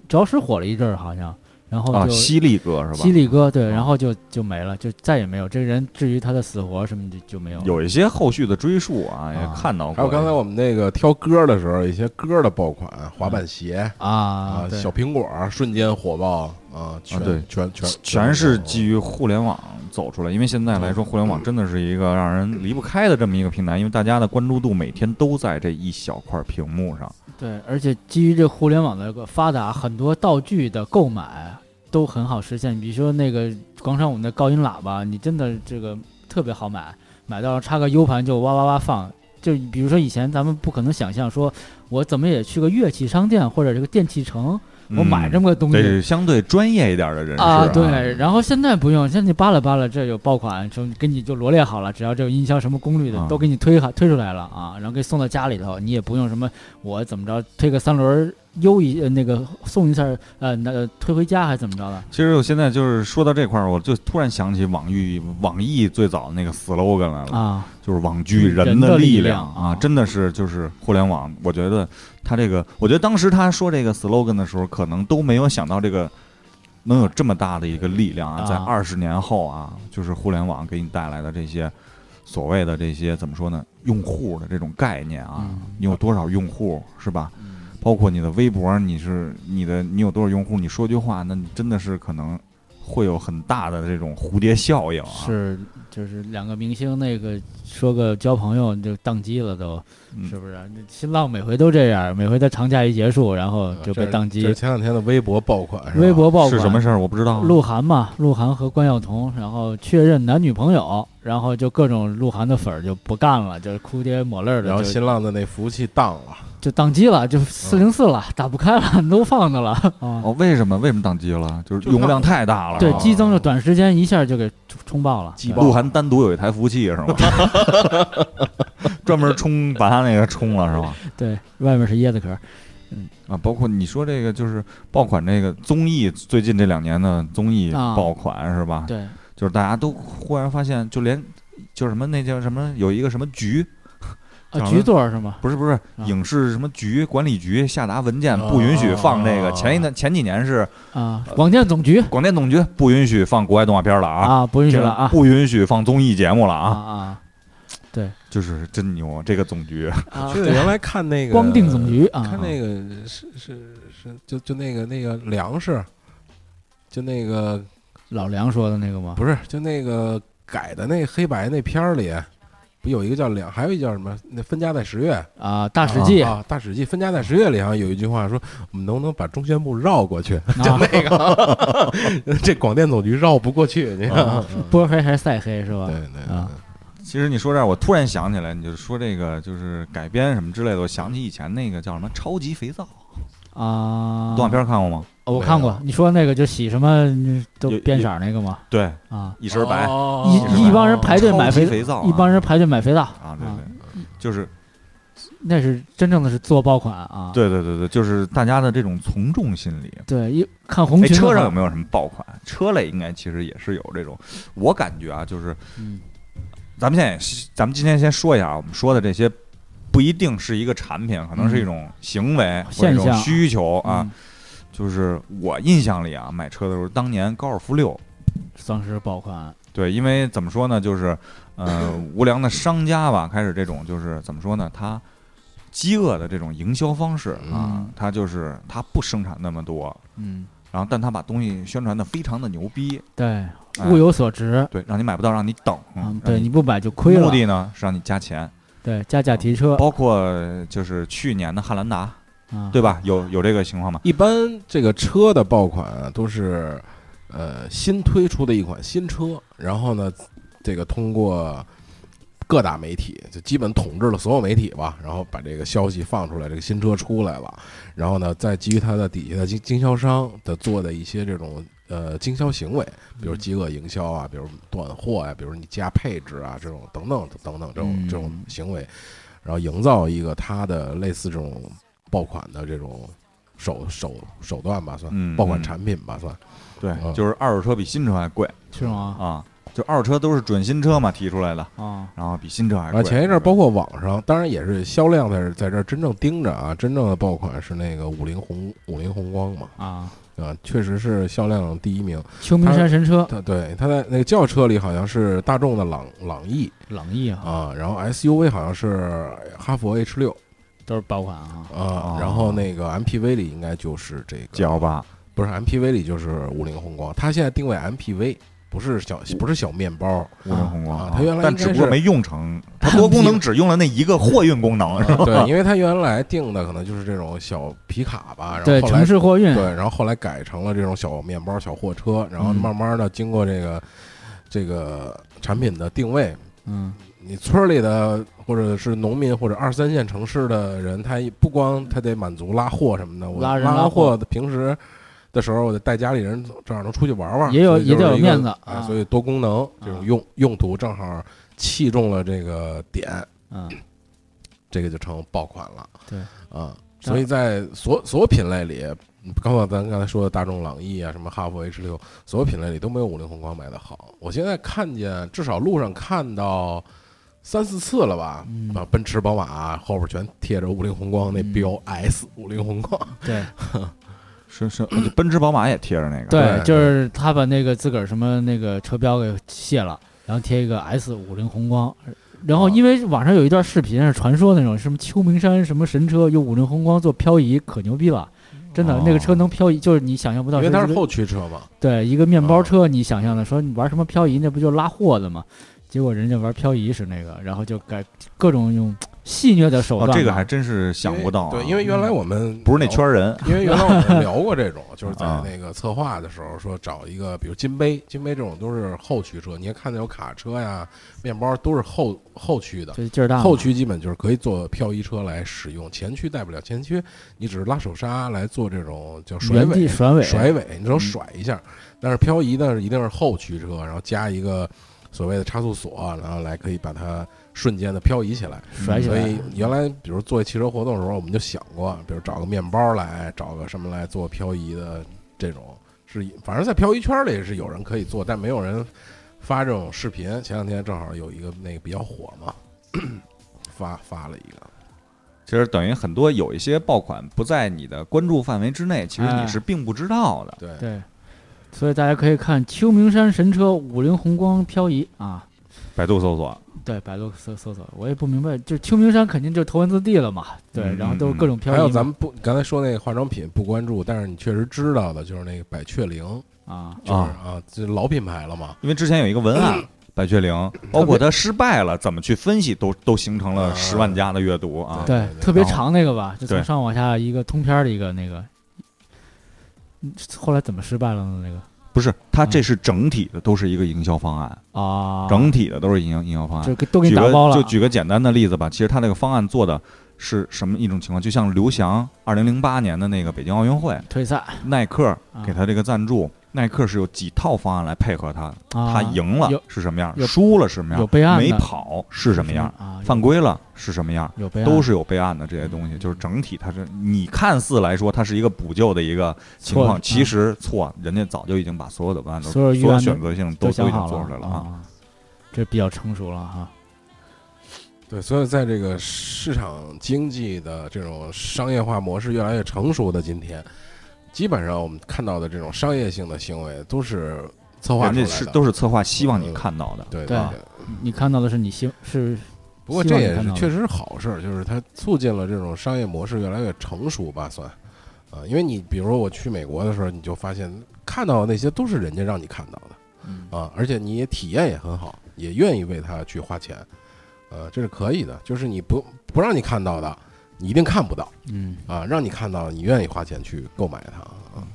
S2: 着实火了一阵儿，好像，然后
S3: 啊，
S2: 就
S3: 犀利哥是吧？
S2: 犀利哥对，
S3: 啊
S2: 然后就就没了，就再也没有这个人。至于他的死活什么的就没有了。
S3: 有一些后续的追溯啊，
S2: 啊
S3: 也看到过。
S1: 还有刚才我们那个挑歌的时候，一些歌的爆款，滑板鞋
S2: 啊，对
S1: 小苹果瞬间火爆啊，全
S3: 对
S1: 全全
S3: 全是基
S1: 于
S3: 于互联网走出来，因为现在来说，互联网真的是一个让人离不开的这么一个平台，因为大家的关注度每天都在这一小块屏幕上。
S2: 对，而且基于这互联网的一个发达，很多道具的购买都很好实现。比如说那个广场舞的高音喇叭，你真的这个呃特别好买，买到插个 U 盘就哇哇哇放。就比如说以前咱们不可能想象说，我怎么也去个乐器商店或者这个电器城，我买这
S3: 么
S2: 么个东西。
S3: 嗯得是相对专业一点的人士
S2: 啊，对，然后现在不用，现在你扒拉扒拉，这有爆款，说给你就罗列好了，只要这有音箱什么功率的
S3: 啊，
S2: 都给你推好推出来了啊，然后给送到家里头，你也不用什么我怎么着推个三轮儿悠一呃那个送一下儿呃那个推回家还是怎么着的
S3: 其实我现在就是说到这块儿，我就突然想起网易网易最早那个 slogan 来了，
S2: 啊
S3: 就是“网剧
S2: 人
S3: 的
S2: 的力
S3: 量”
S2: 量
S3: 啊
S2: 啊，
S3: 真的是就是互联网。我觉得他这个，我觉得当时他说这个 slogan 的时候，可能都没有想到这个能有这么大的一个力量啊，
S2: 啊
S3: 在二十年后啊，就是互联网给你带来的这些所谓的这些怎么说呢，用户的这种概念啊
S2: 嗯，
S3: 你有多少用户是吧？包括你的微博，你是你的你有多少用户？你说句话，那你真的是可能会有很大的这种蝴蝶效应啊。，
S2: 是就是两个明星那个说个交朋友就宕机了都，
S3: 嗯
S2: 是不是？那新浪每回都这样，每回他长假一结束，然
S3: 啊
S2: 后就被宕
S1: 啊这
S2: 机
S1: 是，前两天的微博爆款，是吧
S2: 微博爆款
S3: 是什么事儿？我不知道。啊
S2: 鹿晗嘛，鹿晗和关晓彤，然后确认男女朋友，然后就各种鹿晗的粉儿就不干了，就是哭爹抹泪儿
S1: 然后
S2: 的，就
S1: 新浪的那服务器当了，
S2: 就宕机了，就四零四了，打不开了， 都放那了啊。
S3: 哦，为什么？为什么宕机了？就是
S1: 就
S3: 用户量太大了。
S2: 对
S3: 是，吧
S2: 激增就短时间一下就给冲冲爆了，对
S3: 鹿晗单独有一台服务器是吗？ 专门冲把他那个冲了是吧？
S2: 对，外面是椰子壳儿，
S3: 啊，包括你说这个就是爆款这个综艺，最近这两年的综艺
S2: 啊
S3: 爆款是吧？
S2: 对，啊
S3: 就是大家都忽然发现，就连就是什么那叫什么有一个什么局，
S2: 啊，
S3: 长
S2: 局
S3: 得
S2: 座儿是吗？
S3: 不是不是
S2: 啊
S3: 影视什么局管理局下达文件
S2: 哦
S3: 不允许放这个。
S1: 哦
S3: 前一段前几年是
S2: 啊，广电总局
S3: 广电总局不允许放国外动画片了啊，
S2: 啊，不允许
S3: 这
S2: 了啊
S3: 不允许放综艺节目了
S2: 啊
S3: 啊，
S2: 啊，
S3: 就是真牛，这个总局
S2: 啊
S1: 我记得原来看那个
S2: 光定总局啊
S1: 看那个是是是，就就那个那个粮食，就那个
S2: 老梁说的那个吗？
S1: 不是就那个改的那黑白那片儿里，不有一个叫粮，还有一个叫什么？那分家在十月，
S2: 啊，大史记
S1: 啊，大史记分家在十月里好像有一句话说，我们能不能把中宣部绕过去？
S2: 啊
S1: 就那个， 这广电总局绕不过去，你看，
S2: 啊波黑还是赛黑是吧？
S1: 对对对
S2: 啊
S3: 其实你说这儿，我突然想起来，你就说这个就是改编什么之类的，我想起以前那个叫什么《超级肥皂》
S2: 啊，
S3: 动画片看过吗？
S2: 哦我看过，你说那个就洗什么都
S3: 有
S2: 变色儿那个吗？
S3: 对，
S2: 啊，
S3: 一身白，
S1: 哦
S2: 一一帮人排队买
S3: 超
S2: 肥
S3: 级肥皂啊
S2: 一嗯帮人排队买肥皂
S3: 啊，对对，就是
S2: 那是真正的是做爆款啊。
S3: 对对对对，就是大家的这种从众心理。
S2: 对，一看红
S3: 哎，
S2: 裙
S3: 车上有
S2: 有？
S3: 没有什么爆款？车类应该其实也是有这种，我感觉啊，就是
S2: 嗯
S3: 咱们现在也，咱们今天先说一下啊，我们说的这些不一定是一个产品，可能是一种行为或者一
S2: 现
S3: 种
S2: 象
S3: 需求啊。
S2: 嗯
S3: 就是我印象里啊，买车的时候，当年高尔夫六，
S2: 算是爆款，
S3: 对，因为怎么说呢，就是呃，无良的商家吧，开始这种就是怎么说呢，他饥饿的这种营销方式啊
S2: 嗯，
S3: 他就是他不生产那么多，
S2: 嗯，
S3: 然后但他把东西宣传的非常的牛逼，
S2: 对，
S3: 哎
S2: 物有所值。
S3: 对，让你买不到，让你等，
S2: 啊
S3: 嗯让，
S2: 对
S3: 你
S2: 你不买就亏了呃
S3: 目。的呢是让你加钱，
S2: 对，加价提车，
S3: 包括就是去年的汉兰达，
S2: 啊，
S3: 对吧？有有这个情况吗？
S1: 一般这个车的爆款啊，都是呃新推出的一款新车，然后呢，这个通过各大媒体就基本统治了所有媒体吧，然后把这个消息放出来，这个新车出来了，然后呢，再基于它的底下的经经销商的做的一些这种。呃，经销行为，比如饥饿营销啊，比如断货啊，比如你加配置啊，这种等等等等这种这种
S2: 嗯
S1: 行为，然后营造一个它的类似这种爆款的这种手手手段吧，算、
S3: 嗯
S1: 爆款产品吧，算。
S3: 对
S1: 嗯
S3: 就是二手车比新车还贵
S2: 是吗？
S3: 啊，就二手车都是准新车嘛提出来的，
S2: 啊，
S3: 然后比新车还贵。
S1: 啊，前一阵儿
S3: 包
S1: 包括网上，当然也是销量在在这儿真正盯着啊，真正的爆款是那个五菱宏五菱宏光嘛，
S2: 啊，
S1: 啊，确实是销量第一名。
S2: 秋名山神车，
S1: 它对它在那个轿车里好像是大众的朗朗逸
S2: 朗逸啊，
S1: 啊，然后 SUV 好像是哈弗 H 六
S2: 都是爆款啊。
S1: 啊，然后那个 MPV 里应该就是这个
S3: G L 八，
S1: 不是 MPV 里就是五菱宏光，它现在定位 MPV，不是小不是小面包，
S3: 无人宏光
S1: 啊
S3: 啊，
S1: 它原来
S3: 但
S1: 应该
S3: 只不过
S1: 是
S3: 没 用成，它多功能只用了那一个货运功能， 是吧？
S1: 对，因为它原来定的可能就是这种小皮卡吧，然
S2: 对，
S1: 后后来
S2: 城市货 运
S1: 对，然后后来改成了这种小面包、小货车，然后
S2: 嗯
S1: 慢慢的经过这个这个产品的定位，
S2: 嗯，
S1: 你村儿里的或者是农民或者二三线城市的人，他不光他得满足拉货什么的，我
S2: 拉人
S1: 拉
S2: 拉货
S1: 货的平时。的时候，我得带家里人正好能出去玩玩，
S2: 也有
S1: 所以就是
S2: 也得有
S1: 一个
S2: 面子
S1: 啊，
S2: 啊
S1: 所以多功能这种用用途正好器重了这个点，
S2: 嗯，
S1: 这个就成爆款了。
S2: 对
S1: 啊，所以在所所有品类里，刚才咱刚才说的大众朗逸啊，什么哈弗 H 六，所有品类里都没有五菱宏光卖的好。我现在看见，至少路上看到三四次了吧？
S2: 嗯
S1: 啊，奔驰、宝马、后边全贴着五菱宏光那
S2: 嗯
S1: 标 S 五菱宏光。
S2: 对
S3: 是是，奔驰、宝马也贴着那个。
S1: 对
S2: 就是他把那个自个儿什么那个车标给卸了，然后贴一个 S 五菱宏光。然
S1: 哦
S2: 后，因为网上有一段视频是传说那种什么秋名山什么神车用五菱宏光做漂移，可牛逼了，真的、
S3: 哦
S2: 那个车能漂移，就是你想象不到
S1: 因
S2: 说
S1: 为
S2: 一个。
S1: 它是后哦驱车嘛，
S2: 对一个面包车，你想象的说你玩什么漂移，那不就拉货的吗？结果人家玩漂移是那个，然后就改各种用戏谑的手
S3: 哦
S2: 段吧、，
S3: 这个还真是想不到啊、
S1: 对，因为原来我们
S3: 不是那圈儿人，
S1: 因为原来我们聊过这种，就是在
S3: 啊
S1: 那个策划的时候说找一个，比如金杯，金杯这种都是后驱车，你看看那种卡车呀、面包都是后后驱的，
S2: 就是劲儿大嘛。
S1: 后驱基本就是可以做漂移车来使用，前驱带不了，前驱你只是拉手刹来做这种叫甩
S2: 原地
S1: 尾，
S2: 甩嗯尾，
S1: 甩尾，你只有甩一下，但是漂移呢一定是后驱车，然后加一个所谓的差速锁，然后来可以把它瞬间的漂移起来。
S2: 甩起
S1: 嗯所
S2: 来。
S1: 以原来比如做汽车活动的时候，我们就想过，比如找个面包来，找个什么来做漂移的这种，是反正在漂移圈里是有人可以做，但没有人发这种视频。前两天正好有一个那个比较火嘛，发发了一个，
S3: 其实等于很多有一些爆款不在你的关注范围之内，其实
S2: 哎
S3: 你是并不知道的。
S1: 对，
S2: 对，所以大家可以看秋名山神车五菱宏光漂移啊，
S3: 百度搜索，
S2: 对，百度搜搜索，我也不明白，就是秋名山肯定就是头文字 D 了嘛，对，
S3: 嗯
S2: 然后都是各种漂移
S1: 还
S2: 嘛。
S1: 有咱们不刚才说那个化妆品不关注，但是你确实知道的就是那个百雀羚，
S2: 啊，
S1: 就是啊，这老品牌了嘛，
S3: 因为之前有一个文
S1: 嗯
S3: 案。百雀羚，包括它失败了，怎么去分析都都形成了十万加的阅读啊！
S1: 啊对
S2: 对
S1: 对，
S2: 特别
S3: 然后
S2: 长那个吧，就从
S3: 对
S2: 上往下一个通篇儿的一个那个，嗯后来怎么失败了呢？那个
S3: 不是，它这是整体的，都是一个营销方案，
S2: 啊，
S3: 整体的都是营销营销方案。
S2: 就给都给
S3: 举
S2: 你打
S3: 个
S2: 包了啊，
S3: 就举个简单的例子吧，其实它那个方案做的是什么一种情况？就像刘翔二零零八年的那个北京奥运会，
S2: 退赛，
S3: 耐克
S2: 啊
S3: 给他这个赞助，耐克是有几套方案来配合他的，
S2: 他
S3: 他赢了
S2: 啊有
S3: 是什么样，
S2: 有
S3: 输了是什么
S2: 有
S3: 样，
S2: 备案的
S3: 没跑是什么样，
S2: 啊？
S3: 犯
S2: 有
S3: 规了是什么样，
S2: 有备案
S3: 都是有备案的这些东西，
S2: 嗯
S3: 就是整体它是你看似来说它是一个补救的一个情
S2: 错
S3: 况，
S2: 了
S3: 其实错，人家早就已经把所有的方案都
S2: 所有预
S3: 所有
S2: 案都
S3: 选择性都
S2: 都
S3: 都
S2: 想
S3: 已经
S2: 好
S3: 做出来了啊。
S2: 啊，这比较成熟了哈。
S1: 对，所以在这个市场经济的这种商业化模式越来越成熟的今天，基本上我们看到的这种商业性的行为都是策划
S3: 人
S1: 出来
S3: 家
S1: 的，
S3: 是都是策划希望你看到的，
S1: 对
S2: 对
S1: 对。
S2: 你看到的是你希是
S1: 不过这
S2: 希望你
S1: 也
S2: 看
S1: 是
S2: 到的
S1: 确实是好事儿，就是它促进了这种商业模式越来越成熟吧，算啊，因为你比如说我去美国的时候，你就发现看到的那些都是人家让你看到的
S3: 嗯
S1: 啊，而且你也体验也很好，也愿意为它去花钱，呃，这是可以的，就是你不不让你看到的，你一定看不到。
S2: 嗯，
S1: 啊，让你看到你愿意花钱去购买它啊。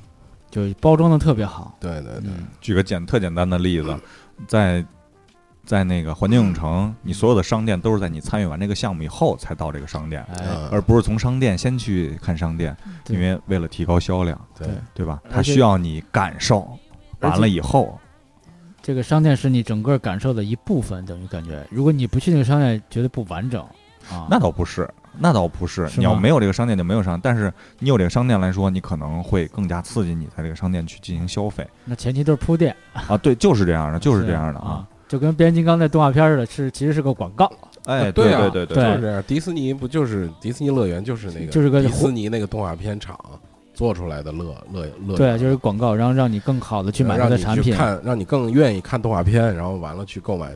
S2: 就包装的特别好。
S1: 对对对，
S2: 嗯，
S3: 举个简特简单的例子，在在那个环球影城，你所有的商店都是在你参与完这个项目以后才到这个商店，
S2: 哎，
S1: 嗯
S3: 而不是从商店先去看商店，
S2: 嗯对
S3: 因为为了提高销量，
S1: 对
S2: 对
S3: 对吧？
S2: 而
S3: 它
S2: 且
S3: 需要你感受
S2: 而
S3: 完
S2: 且
S3: 了以后，
S2: 这个商店是你整个感受的一部分，等于感觉，如果你不去那个商店，绝对不完整啊。
S3: 那倒不是，那倒不是。
S2: 是
S3: 你要
S2: 吗
S3: 没有这个商店就没有商，但是你有这个商店来说，你可能会更加刺激你在这个商店去进行消费
S2: 那前提都是铺垫，
S3: 啊。对，就是这样的，就是
S2: 是
S3: 这样的啊
S2: 啊。，就跟变形金刚那动画片儿似的，是其实是个广告，
S3: 哎，
S1: 对啊
S3: 对对
S1: 就
S2: 对
S1: 是这样。迪士尼不就是迪士尼乐园就是那个
S2: 就是个
S1: 迪士尼那个动画片厂做出来的乐乐乐
S2: 对，啊就是
S1: 是
S2: 广告，然后让你更好的去买它
S1: 啊让
S2: 的
S1: 你
S2: 产
S1: 去
S2: 品。
S1: 看让你更愿意看动画片，然后完了去购买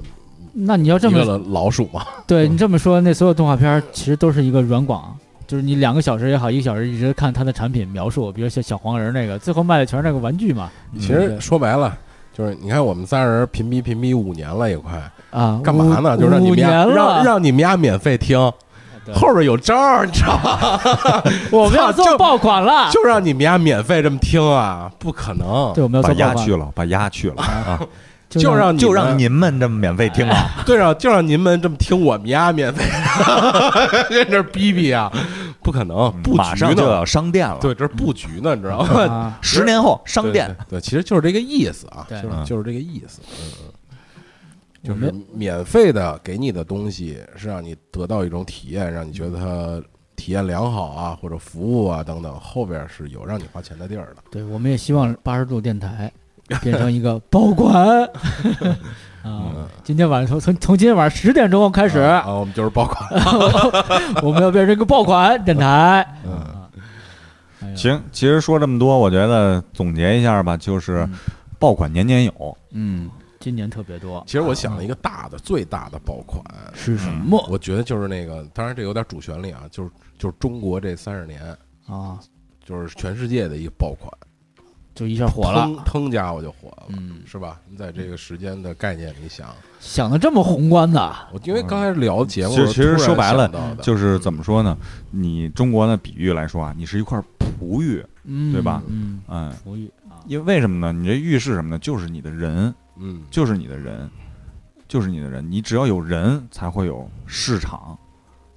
S2: 那你要这
S1: 一
S2: 么
S1: 个老鼠嘛。
S2: 对你这么说，那所有动画片儿其实都是一个软广，就是你两个小时也好，一个小时一直看它的产品描述，比如像小黄人那个，最后卖的全是那个玩具嘛。
S1: 其
S3: 嗯
S1: 实说白了。就是你看，我们仨人屏蔽屏蔽五年了，也快
S2: 啊，
S1: 干嘛呢？
S2: 五
S1: 就是让你
S2: 五
S1: 们
S2: 年
S1: 家让
S2: 了，
S1: 让你们家免费听，
S2: 对
S1: 后边有招儿，你知道吗？
S2: 我们要
S1: 操
S2: 做
S1: 就
S2: 爆款了，
S1: 就让你们家免费这么听啊，不可能
S2: 对，，我们要
S3: 把
S2: 做爆
S3: 鸭
S2: 款
S3: 去，了，把鸭去了啊，
S1: 就让
S3: 就
S1: 们
S3: 让您们这么免费听啊。
S1: 对啊，就让您们这么听我们呀，免费， 在这儿逼逼啊，不可能，布
S3: 嗯马
S1: 局
S3: 上就
S1: 呢？
S3: 要商店了。
S1: 对，这是布局呢，你知道吗？
S2: 啊，
S3: 十年后商
S1: 对
S3: 店，
S1: 对对，其实就是这个意思啊，就
S2: 对
S1: 是
S3: 嗯
S1: 就是这个意思，嗯嗯，就
S2: 我
S1: 是
S2: 们
S1: 免费的给你的东西是让你得到一种体验，让你觉得它体验良好啊，或者服务啊等等，后边是有让你花钱的地儿的。
S2: 对，我们也希望八十度电台变成一个爆 款啊。今天晚上从从从今天晚上十点钟开
S1: 开
S2: 始，
S1: 嗯啊，我们就是爆款，
S2: 我们要变成一个爆
S1: 啊
S2: 款电台。
S1: 嗯，
S2: 哎呀，
S3: 行，其实说这么多，我觉得总结一下吧，就是
S2: 嗯
S3: 爆款年年有，
S2: 嗯，今年特别多
S1: 其实我想了一个大的、最大的爆款，
S2: 是什么
S1: 我觉得就是那个，当然这有点主旋律啊，就是就是中国这三十年，
S2: 啊？
S1: 就是全世界的一个爆款，
S2: 就一下火了。
S1: 腾腾家伙就火了，
S2: 嗯，
S1: 是吧？你在这个时间的概念里想，
S2: 想的这么宏观的，
S1: 我因为刚开始聊节目
S3: 其实
S1: 的时候，
S3: 其实
S1: 突然
S3: 说白了
S1: 想到的
S3: 就是嗯怎么说呢？你中国的比喻来说啊，你是一块璞玉，
S2: 嗯，
S3: 对吧
S2: 嗯，
S3: 嗯，
S2: 璞玉啊，
S3: 因为为什么呢？你这玉是什么呢？就是你的人，
S1: 嗯，
S3: 就是你的人，就是你的人。你只要有人，才会有市场，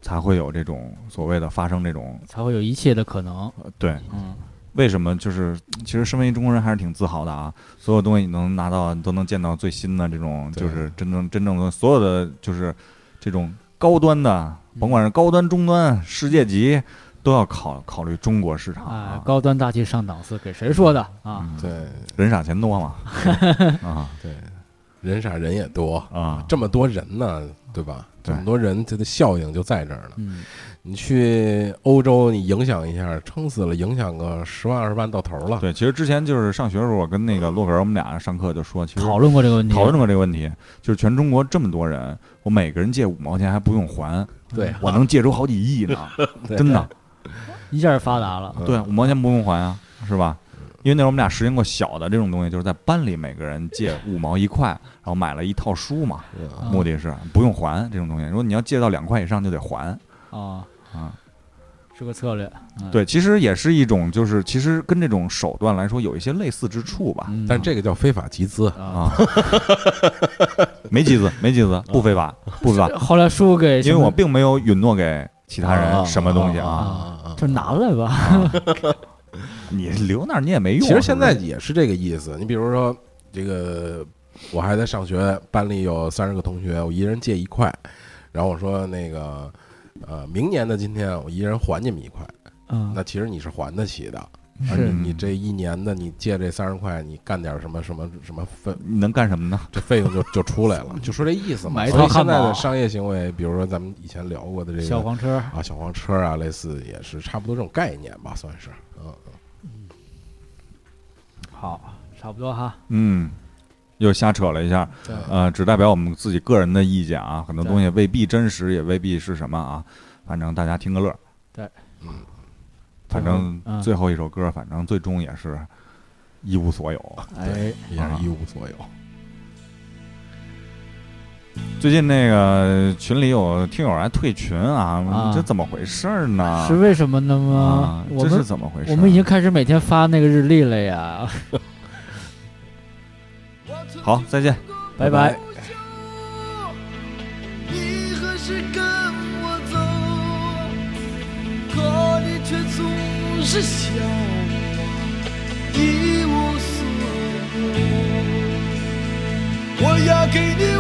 S3: 才会有这种所谓的发生这种
S2: 才会有一切的可能。
S1: 啊
S3: 呃对。
S2: 嗯，
S3: 为什么？就是其实身为中国人还是挺自豪的啊！所有东西你能拿到，你都能见到最新的这种，
S1: 对
S3: 就是真正真正的所有的就是这种高端的，甭管是高端、中端、世界级，都要考考虑中国市场
S2: 哎
S3: 啊，。
S2: 高端大气上档次，给谁说的啊？
S3: 嗯，
S1: 对
S3: 人傻钱多嘛。啊
S1: 对，人傻人也多，
S3: 啊，
S1: 这么多人呢，对吧？
S3: 对
S1: 这么多人，它的效应就在这儿呢。
S2: 嗯，
S1: 你去欧洲，你影响一下，撑死了影响个十万二十万到头了。
S3: 对，其实之前就是上学的时候，我跟那个洛克儿，我们俩上课就说，其实
S2: 讨论过这个问题，
S3: 讨论过这个问题，就是全中国这么多人，我每个人借五毛钱还不用还，
S1: 对
S3: 我能借出好几亿呢，
S1: 对
S3: 真的。
S2: 一下发达了。
S1: 嗯
S3: 对，五毛钱不用还啊，是吧？因为那时候我们俩实行过小的这种东西，就是在班里每个人借五毛一块，然后买了一套书嘛，
S1: 嗯
S2: 啊
S3: 目的是不用还这种东西。如果你要借到两块以上就得还。
S2: 啊
S3: 啊，
S2: 是个策略。嗯，
S3: 对，其实也是一种，就是其实跟这种手段来说有一些类似之处吧。
S2: 嗯
S1: 但这个叫非法集资，
S2: 啊，
S3: 啊，没集资，没集资，不非法，不 非法，
S2: 后来输给
S3: 因为
S2: 什么
S3: 我并没有允诺给其他人什么东西啊。
S1: 啊
S2: 就拿来吧。
S3: 你留那儿你也没用。
S1: 其实现在
S3: 是不是
S1: 也是这个意思。你比如说，这个我还在上学，班里有三十个同学，我一人借一块，然后我说那个，呃，明年的今天我一人还你们一块，
S2: 嗯，
S1: 那其实你是还得起的。而
S2: 是
S1: 且
S3: 嗯
S1: 你这一年的你借这三十块，你干点什么什么什么费，
S3: 你能干什么呢？
S1: 这费用就 就出来了，就说这意思嘛。
S2: 买一
S1: 所以
S2: 套汉
S1: 现在
S2: 堡
S1: 的商业行为，比如说咱们以前聊过的这
S2: 小
S1: 个
S2: 黄车。
S1: 啊，小黄车啊，类似也是差不多这种概念吧，算是。嗯，
S2: 好，差不多哈。
S3: 嗯，又瞎扯了一下，
S1: 对
S3: 呃，只代表我们自己个人的意见啊，很多东西未必真实，也未必是什么啊，反正大家听个乐。
S2: 对，
S1: 嗯，
S3: 反正
S2: 嗯
S3: 最后一首歌，反正最终也是一无所有。
S2: 哎，
S1: 也是一无所有。
S3: 最近那个群里有听友来退群啊
S2: 啊，
S3: 这怎么回事儿呢
S2: 哎是？为什么呢吗
S3: 啊？，
S2: 我
S3: 这是
S2: 们
S3: 怎么回事？
S2: 我们已经开始每天发那个日历了呀。
S3: 好，再见。
S2: 拜拜。
S6: 你何时跟我走？可你却总是笑我一无所有。我要给你